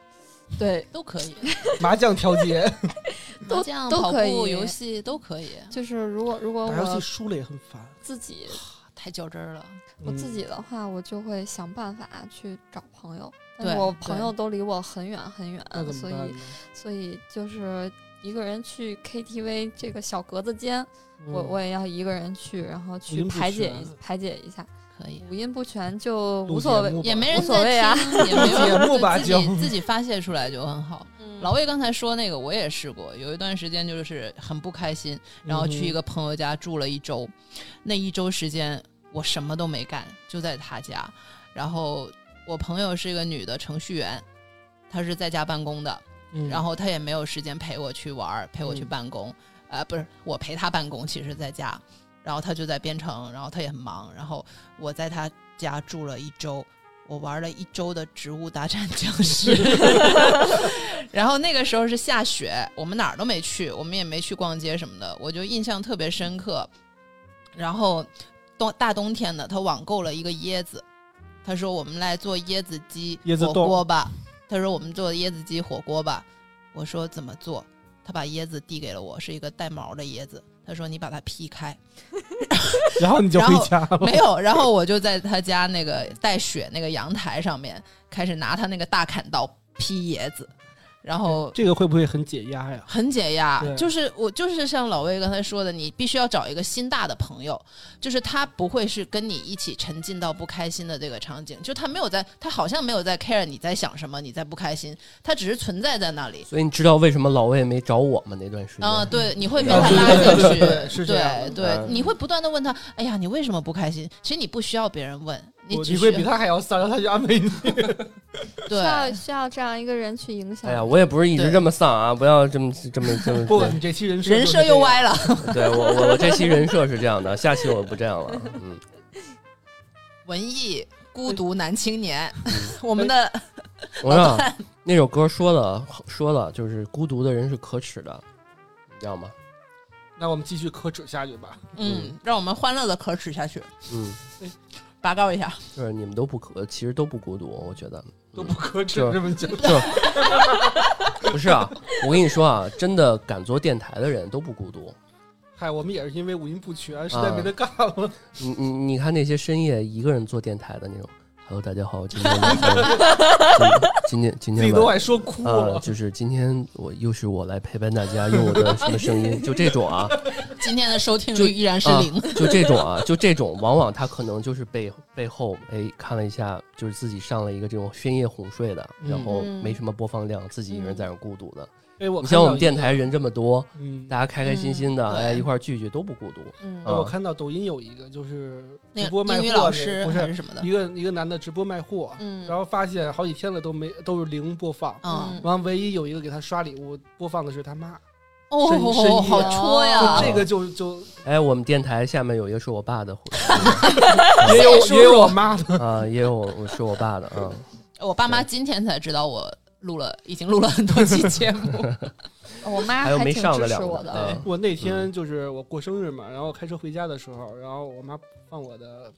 对，
都可以，
麻将调节，
都
麻将、
都
跑
可以
步、游戏都可以，
就是如果如果
打游戏
我
输了也很烦。
自己
太较真儿了。
我自
嗯
己的话，我就会想办法去找朋友，但
对
是我
对
朋友都离我很远很远
那，怎么
呃所
办
以
呢？
所以就是一个人去 KTV 这个小格子间，我
嗯
我也要一个人去，然后去
五音不
排解
全
一排解一下，
可以，
五音不全就
录
无所
节
谓
目，吧
也没人
无所谓
在
啊
听，也没有
节目吧
对自
就
己自己发泄出来就很好。
嗯
老魏刚才说那个，我也试过，有一段时间就是很不开心，然后
嗯
去一个朋友家住了一周，那一周时间我什么都没干，就在他家。然后我朋友是一个女的程序员，她是在家办公的，
嗯，
然后她也没有时间陪我去玩儿，陪我去
嗯
办公，呃，不是我陪她办公，其实在家，然后她就在编程，然后她也很忙，然后我在她家住了一周。我玩了一周的《植物大战僵尸》，然后那个时候是下雪，我们哪儿都没去，我们也没去逛街什么的，我就印象特别深刻。然后冬大冬天的，他网购了一个椰子，他说我们来做椰子鸡
椰子
火
冻
锅吧。他说我们做椰子鸡火锅吧。我说怎么做？他把椰子递给了我，是一个带毛的椰子。他说你把它劈开，
然后你就
然
回
后
家了。
没有。然后我就在他家那个带雪那个阳台上面开始拿他那个大砍刀劈椰子，然后
这个会不会很解压呀？
很解压
对，
就是我就是像老魏刚才说的，你必须要找一个心大的朋友，就是他不会是跟你一起沉浸到不开心的这个场景，就他没有在，他好像没有在 care 你在想什么，你在不开心，他只是存在在那里。
所以你知道为什么老魏没找我吗？那段时间，
哦
啊、 对，你会被
啊
他
对
拉进
对
去，
对对是这样的
对对
嗯
你会不断的问他，哎呀，你为什么不开心？其实你不需要别人问，
你
我
只
你
是
会比他还要丧，然后他就安 慰你。
需要
对，
需要这样一个人去影响。
哎呀，我也不是一直
对
这么丧啊，不要这么这么 这么。
不，你这期人设
人
就是
设
这
又
样
歪了。
对我我我这期人设是这样的，下期我不这样了。嗯，
文艺孤独男青年，
嗯
我们的
哎
我想 那首歌说了说了，就是孤独的人是可耻的，你知道吗？
那我们继续可耻下去吧。
嗯
嗯，让我们欢乐的可耻下去，
嗯，
拔高一下。
就是你们都不可，其实都不孤独，我觉得
都不可耻
是，
这么讲。
就不是 啊。我跟你说啊，真的敢做电台的人都不孤独。
嗨，我们也是因为五音不全，实在
啊
没得干了。
你你你看那些深夜一个人做电台的那种，Hello，大家好，今天晚 上今今今天今
自己
天
都
晚
快说哭
啊，
了。
就是今天我又是我来陪伴大家，用我的什么声音，就这种啊，
今天的收听
就
率依然是
啊
零，
就这种啊，就这种，往往他可能就是背背后哎看了一下，就是自己上了一个这种深夜哄睡的，然后
嗯
没什么播放量，自己一个人在那儿孤独的。
哎，我
你
看
像
到
我们
一
电
个，
台人这么多，
嗯，
大家开开心心的，
嗯
哎，
对
一块儿聚聚都不孤独。
嗯
哎
啊
我看到抖音有一个就是
那
直
个
播卖
英语
货
老
那个
师
不
还
是
是什么的，
一个一个男的直播卖货，
嗯
然后发现好几天了都没都是零播放，
嗯，
完唯一有一个给他刷礼物播放的是他妈，深深
哦，
夜
好戳呀
啊！
这个就就
哎，我们电台下面有一个是我爸的
也有也有我妈 的，
啊，也有我是我爸的啊。
我爸妈今天才知道我录了，已经录了很多期节 目。
我妈
还有没
挺
上得
支
了
持我
的
的
嗯
我那天就是我过生日嘛，然后开车回家的时候，然后我妈放我的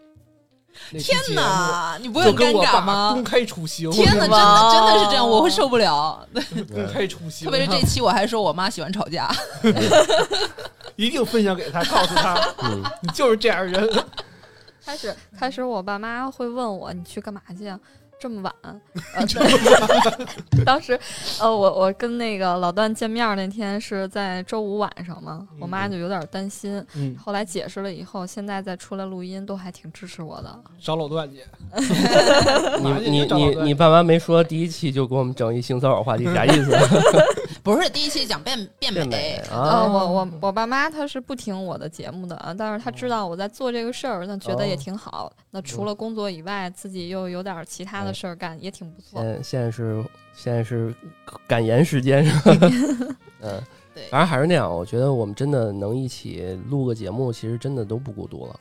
那期
天
节目，
哪，你不会
就
很
跟
尴
我
尬
爸
吗
公？开处刑，
天哪，真的真的是这样，我会受不了。
公开处刑，
特别是这期，我还说我妈喜欢吵架，
一定分享给他，告诉 他
嗯，
你就是这样人，
开始开始，我爸妈会问我你去干嘛去啊？这么晚， 呃， 当时，呃，我我跟那个老段见面那天是在周五晚上嘛，
嗯
我妈就有点担心，
嗯，
后来解释了以后，现在再出来录音都还挺支持我的。
找老段 去，
嗯 你你你你爸妈没说第一期就给我们整一性骚扰话题，啥意 思？
不是第一期讲变变
变美
美，
呃，
啊，
我我我爸妈他是不听我的节目的啊，但是他知道我在做这个事儿，那觉得也挺好。那除了工作以外，自己又有点其他的事儿干，也挺不错。
现现在是现在是感言时间是吧？ 嗯，
对
反正还是那样，我觉得我们真的能一起录个节目，其实真的都不孤独了，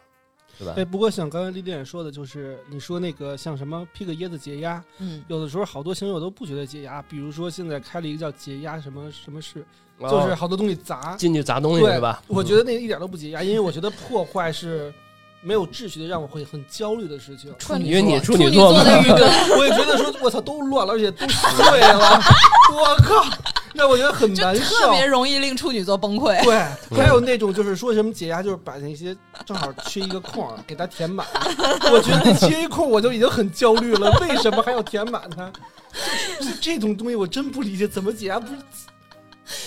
对吧
哎，？不过像刚才李店说的，就是你说那个像什么披个椰子解压，
嗯，
有的时候好多朋友都不觉得解压，比如说现在开了一个叫解压什么什么事，就是
哦
好多东西砸。
进去砸东西
对
是吧？嗯
我觉得那一点都不解压，因为我觉得破坏是没有秩序的，让我会很焦虑的事情。
处
因为
女
你
座
处女座嘛
的宇哥，
我也觉得说，我操，都乱了，而且都碎了，我靠，让我觉得 很
就
难受。
特别容易令处女座崩溃。
对，还有那种就是说什么解压，就是把那些正好缺一个空儿给它填满。我觉得那缺一空我就已经很焦虑了，为什么还要填满它？ 就是这种东西我真不理解，怎么解压不是？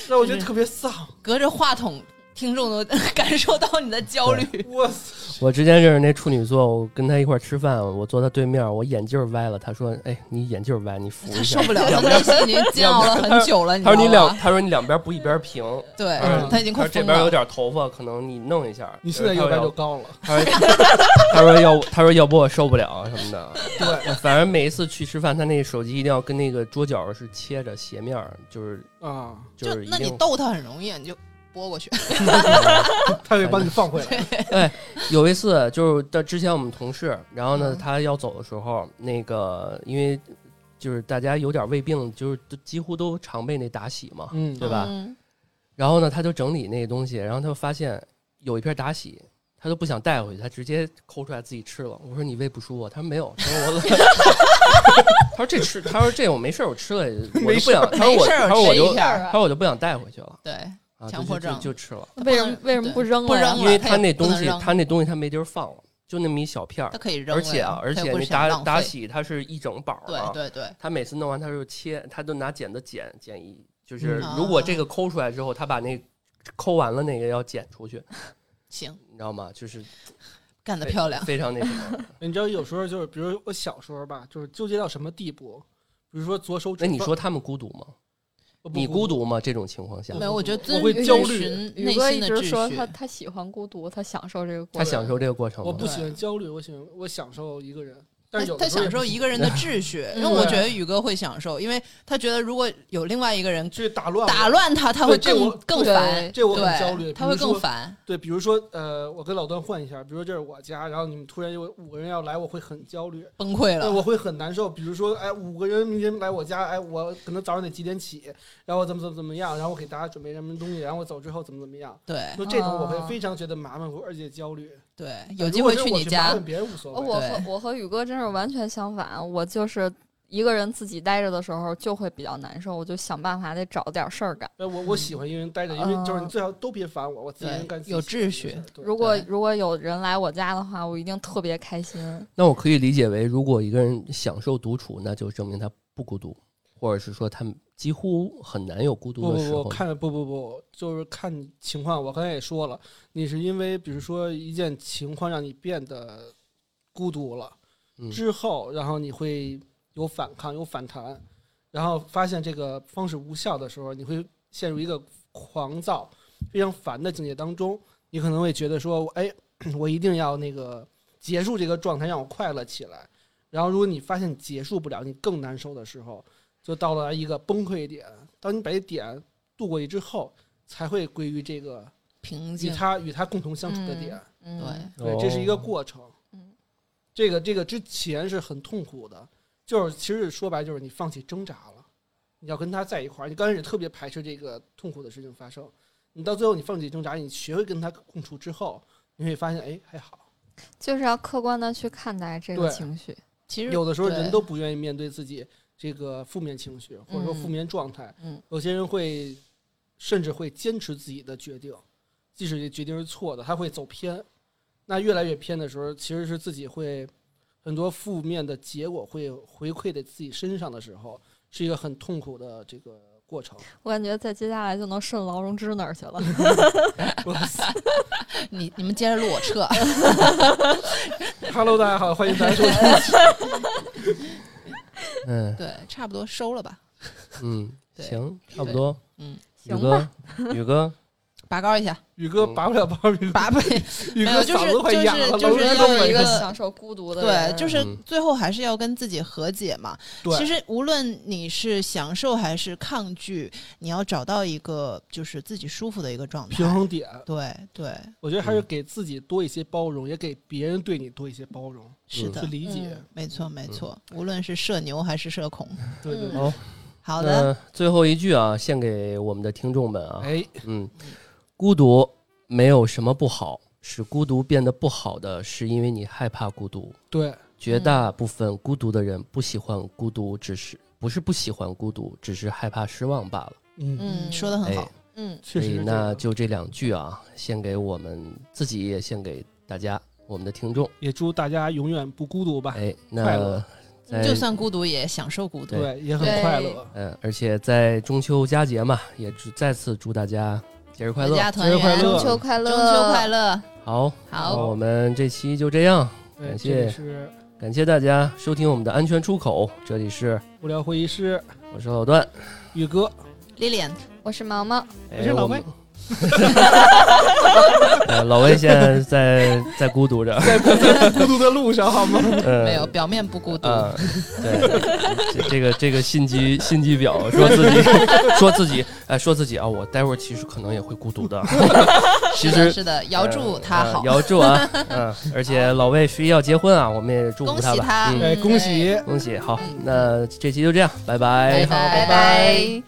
让我觉得特别丧。
隔着话筒，听众都 感受到你的焦虑。
我操！
我之前认识那处女座，我跟他一块儿吃饭，我坐他对面，我眼镜儿歪了，他说：“哎，你眼镜儿歪，你扶
他
一下
受。不了，他内心已经煎熬了很久了，”你
他说：“你
知道
两，
吗？
他说你两边不一边平，
对
嗯，
他已经
他
啊
说
哎快
这
疯
边有
了。
点头发，可能你弄一下。”
你现在
他
右
说
边
要
就高了，
他说他说要他说要不我受不了啊什么的。
对
反正每一次去吃饭，他那手机一定要跟那个桌角是切着斜面儿，就是
啊，
就
就是一
那你
定。
逗他很容易，你就拨过去。
他会把你放回来。
有一次就是到之前我们同事，然后呢
嗯
他要走的时候，那个因为就是大家有点胃病，就是都几乎都常备那达喜嘛，
嗯
对吧？
嗯
然后呢他就整理那个东西，然后他就发现有一片达喜。他都不想带回去，他直接抠出来自己吃了。我说你胃不舒服，啊他说没有，他说我 冷。他说这吃，他说这我没事儿，我吃了，我就不想。他说我，
没事儿
他说我
吃
就
一片儿
他说我就不想带回去了。
对，
啊，
强
就
迫
就
症
就就吃了，
为什么为什么不扔了呀？
不扔
因
了
为
它
他
也
那
不
东
能
西
扔
他那东西他没地儿放了，就那么一小片儿
他，可以扔了呀。
而且啊，而
他
且
又不
那
是想
打
浪
打
费。
洗它是一整板儿啊
对
嘛，
对对，
他每次弄完他就切，他就拿剪子剪剪一，就是
嗯
如果这个抠出来之后，他把那抠完了那个要剪出去，
行，
你知道吗？就是
干得漂亮。
非常那什 么。
你知道有时候就是，比如我小时候吧，就是纠结到什么地步，比如说左手指
那
缝，
你说他们孤独吗？
我不
你孤独吗？这种情况下
对
没，有，我觉得遵
我会
遵
焦虑
循
宇
内
哥
心
一
的
直说他
秩序。
他喜欢孤独，他享受这个过
他
程。
享受这个过程
我
吗
不？喜欢焦虑，我喜欢我享受一个人。但是有
他
的时候
享
也
受一个人的秩序，
嗯
因为我觉得宇哥会享受，因为他觉得如果有另外一个人
去打乱我
打乱他，他会
对这
更
我
更
对
烦，
这我很
对，
焦虑。
他会
比如
更
说
烦。
对，比如说呃，我跟老段换一下，比如说这是我家，然后你们突然有五个人要来，我会很焦虑。
崩溃
对，
了。
我会很难受。比如说，哎，五个人明天来我家，哎，我可能早上得几点起，然后怎么怎么怎么样，然后我给大家准备什么东西，然后我走之后怎么怎么样。
对
就这种我
哦
会非常觉得麻烦，而且焦虑。
对，
呃
有
如
机
果
会
是
去
我
你
麻
家哦
烦，别人无所
呃
谓。
我
对
和我和宇哥真是完全相反，我就是一个人自己待着的时候就会比较难受，我就想办法得找点事儿干。
哎我我喜欢一个人待着，因为就是你最好都别烦我，我自己一个人干自己
哦有
喜欢的
秩
事
序
儿。对
如果
对
如果有人来我家的话，我一定特别开心。
那我可以理解为，如果一个人享受独处，那就证明他不孤独，或者是说他几乎很难有孤独
不
的时
不
候。
不，看不不不，就是看情况。我刚才也说了，你是因为比如说一件情况让你变得孤独了，
嗯
之后然后你会有反抗，有反弹，然后发现这个方式无效的时候，你会陷入一个狂躁、非常烦的境界当中。你可能会觉得说，哎，我一定要那个结束这个状态，让我快乐起来。然后，如果你发现你结束不了，你更难受的时候，就到了一个崩溃点。当你把这点度过去之后，才会归于这个
平
与
静。
他与他共同相处的点。
嗯，
对
对，这是一个过程。
嗯
这个这个之前是很痛苦的，就是其实说白就是你放弃挣扎了，你要跟他在一块儿，你刚开始特别排斥这个痛苦的事情发生，你到最后你放弃挣扎，你学会跟他共处之后，你会发现哎还好，
就是要客观的去看待这个
对
情绪。
其实
有的时候人
对
都不愿意面对自己这个负面情绪或者说负面状态，
嗯
有些人会甚至会坚持自己的决定，即使这决定是错的，他会走偏。那越来越偏的时候，其实是自己会很多负面的结果会回馈在自己身上的时候，是一个很痛苦的这个过程。
我感觉在接下来就能顺劳荣枝那儿去 了。
你你们接着录，我 撤。
Hello，大家好，欢迎大家收听。
嗯
对，差不多收了吧。
嗯，
对
行，差不多。
嗯，
宇
行
哥，宇哥，
拔高一下，
宇哥拔不了包，宇哥
拔不，
宇
没
哥
有就是
嗓子快哑了，
就
老
是
师
要
都
有
没
一
一
个
个
了
享受孤独的人，
对，就是
嗯
最后还是要跟自己和解嘛。
对
其实无论你是享受还是抗拒，你要找到一个就是自己舒服的一个状态。
平衡嗯点。
对对，
我觉得
嗯
还是给自己多一些包容，也给别人对你多一些包容，
是的
去，理嗯解。
没错没错。无论是社牛还是社恐，
嗯
对对对。
好，
好的，
那最后一句啊，献给我们的听众们啊，
哎，
嗯，孤独没有什么不好，使孤独变得不好的是因为你害怕孤独。
对，
绝大部分孤独的人不喜欢孤独，只是不是不喜欢孤独，只是害怕失望罢了。
嗯，
嗯，说的很
哎
好，，
嗯，
确
所以
实是这
那
样，
就这两句啊，献给我们自己，也献给大家，我们的听众。
也祝大家永远不孤独吧。
哎，
啊快
那
乐
在
就算孤独也享受孤独。
对，也很快乐。
嗯，而且在中秋佳节嘛，也祝再次祝大家节日快乐
大。家团圆，
节日快乐
中秋快乐，
中秋快乐。
好，
好
那我们这期就这样，
哎
感
这
谢
里是
感谢大家收听我们的安全出口，这里是
无聊会议室
我是老段，
宇哥，
Lilian，
我是毛毛，
哎，
是老
我们。呃老魏现在在在孤独着，
孤独的路上好吗？
嗯
没有，表面不孤独，
啊，对，这这个这个心机心机婊说自己 说自己哎说自己啊，我待会儿其实可能也会孤独的。 其
是的，
实
是的，遥祝他
呃
好，
遥祝啊，嗯，而且老魏十一要结婚啊，我们也祝福
恭喜
吧，
他
嗯，
哎，恭喜。
恭喜，好，那这期就这样，拜拜
拜
拜拜。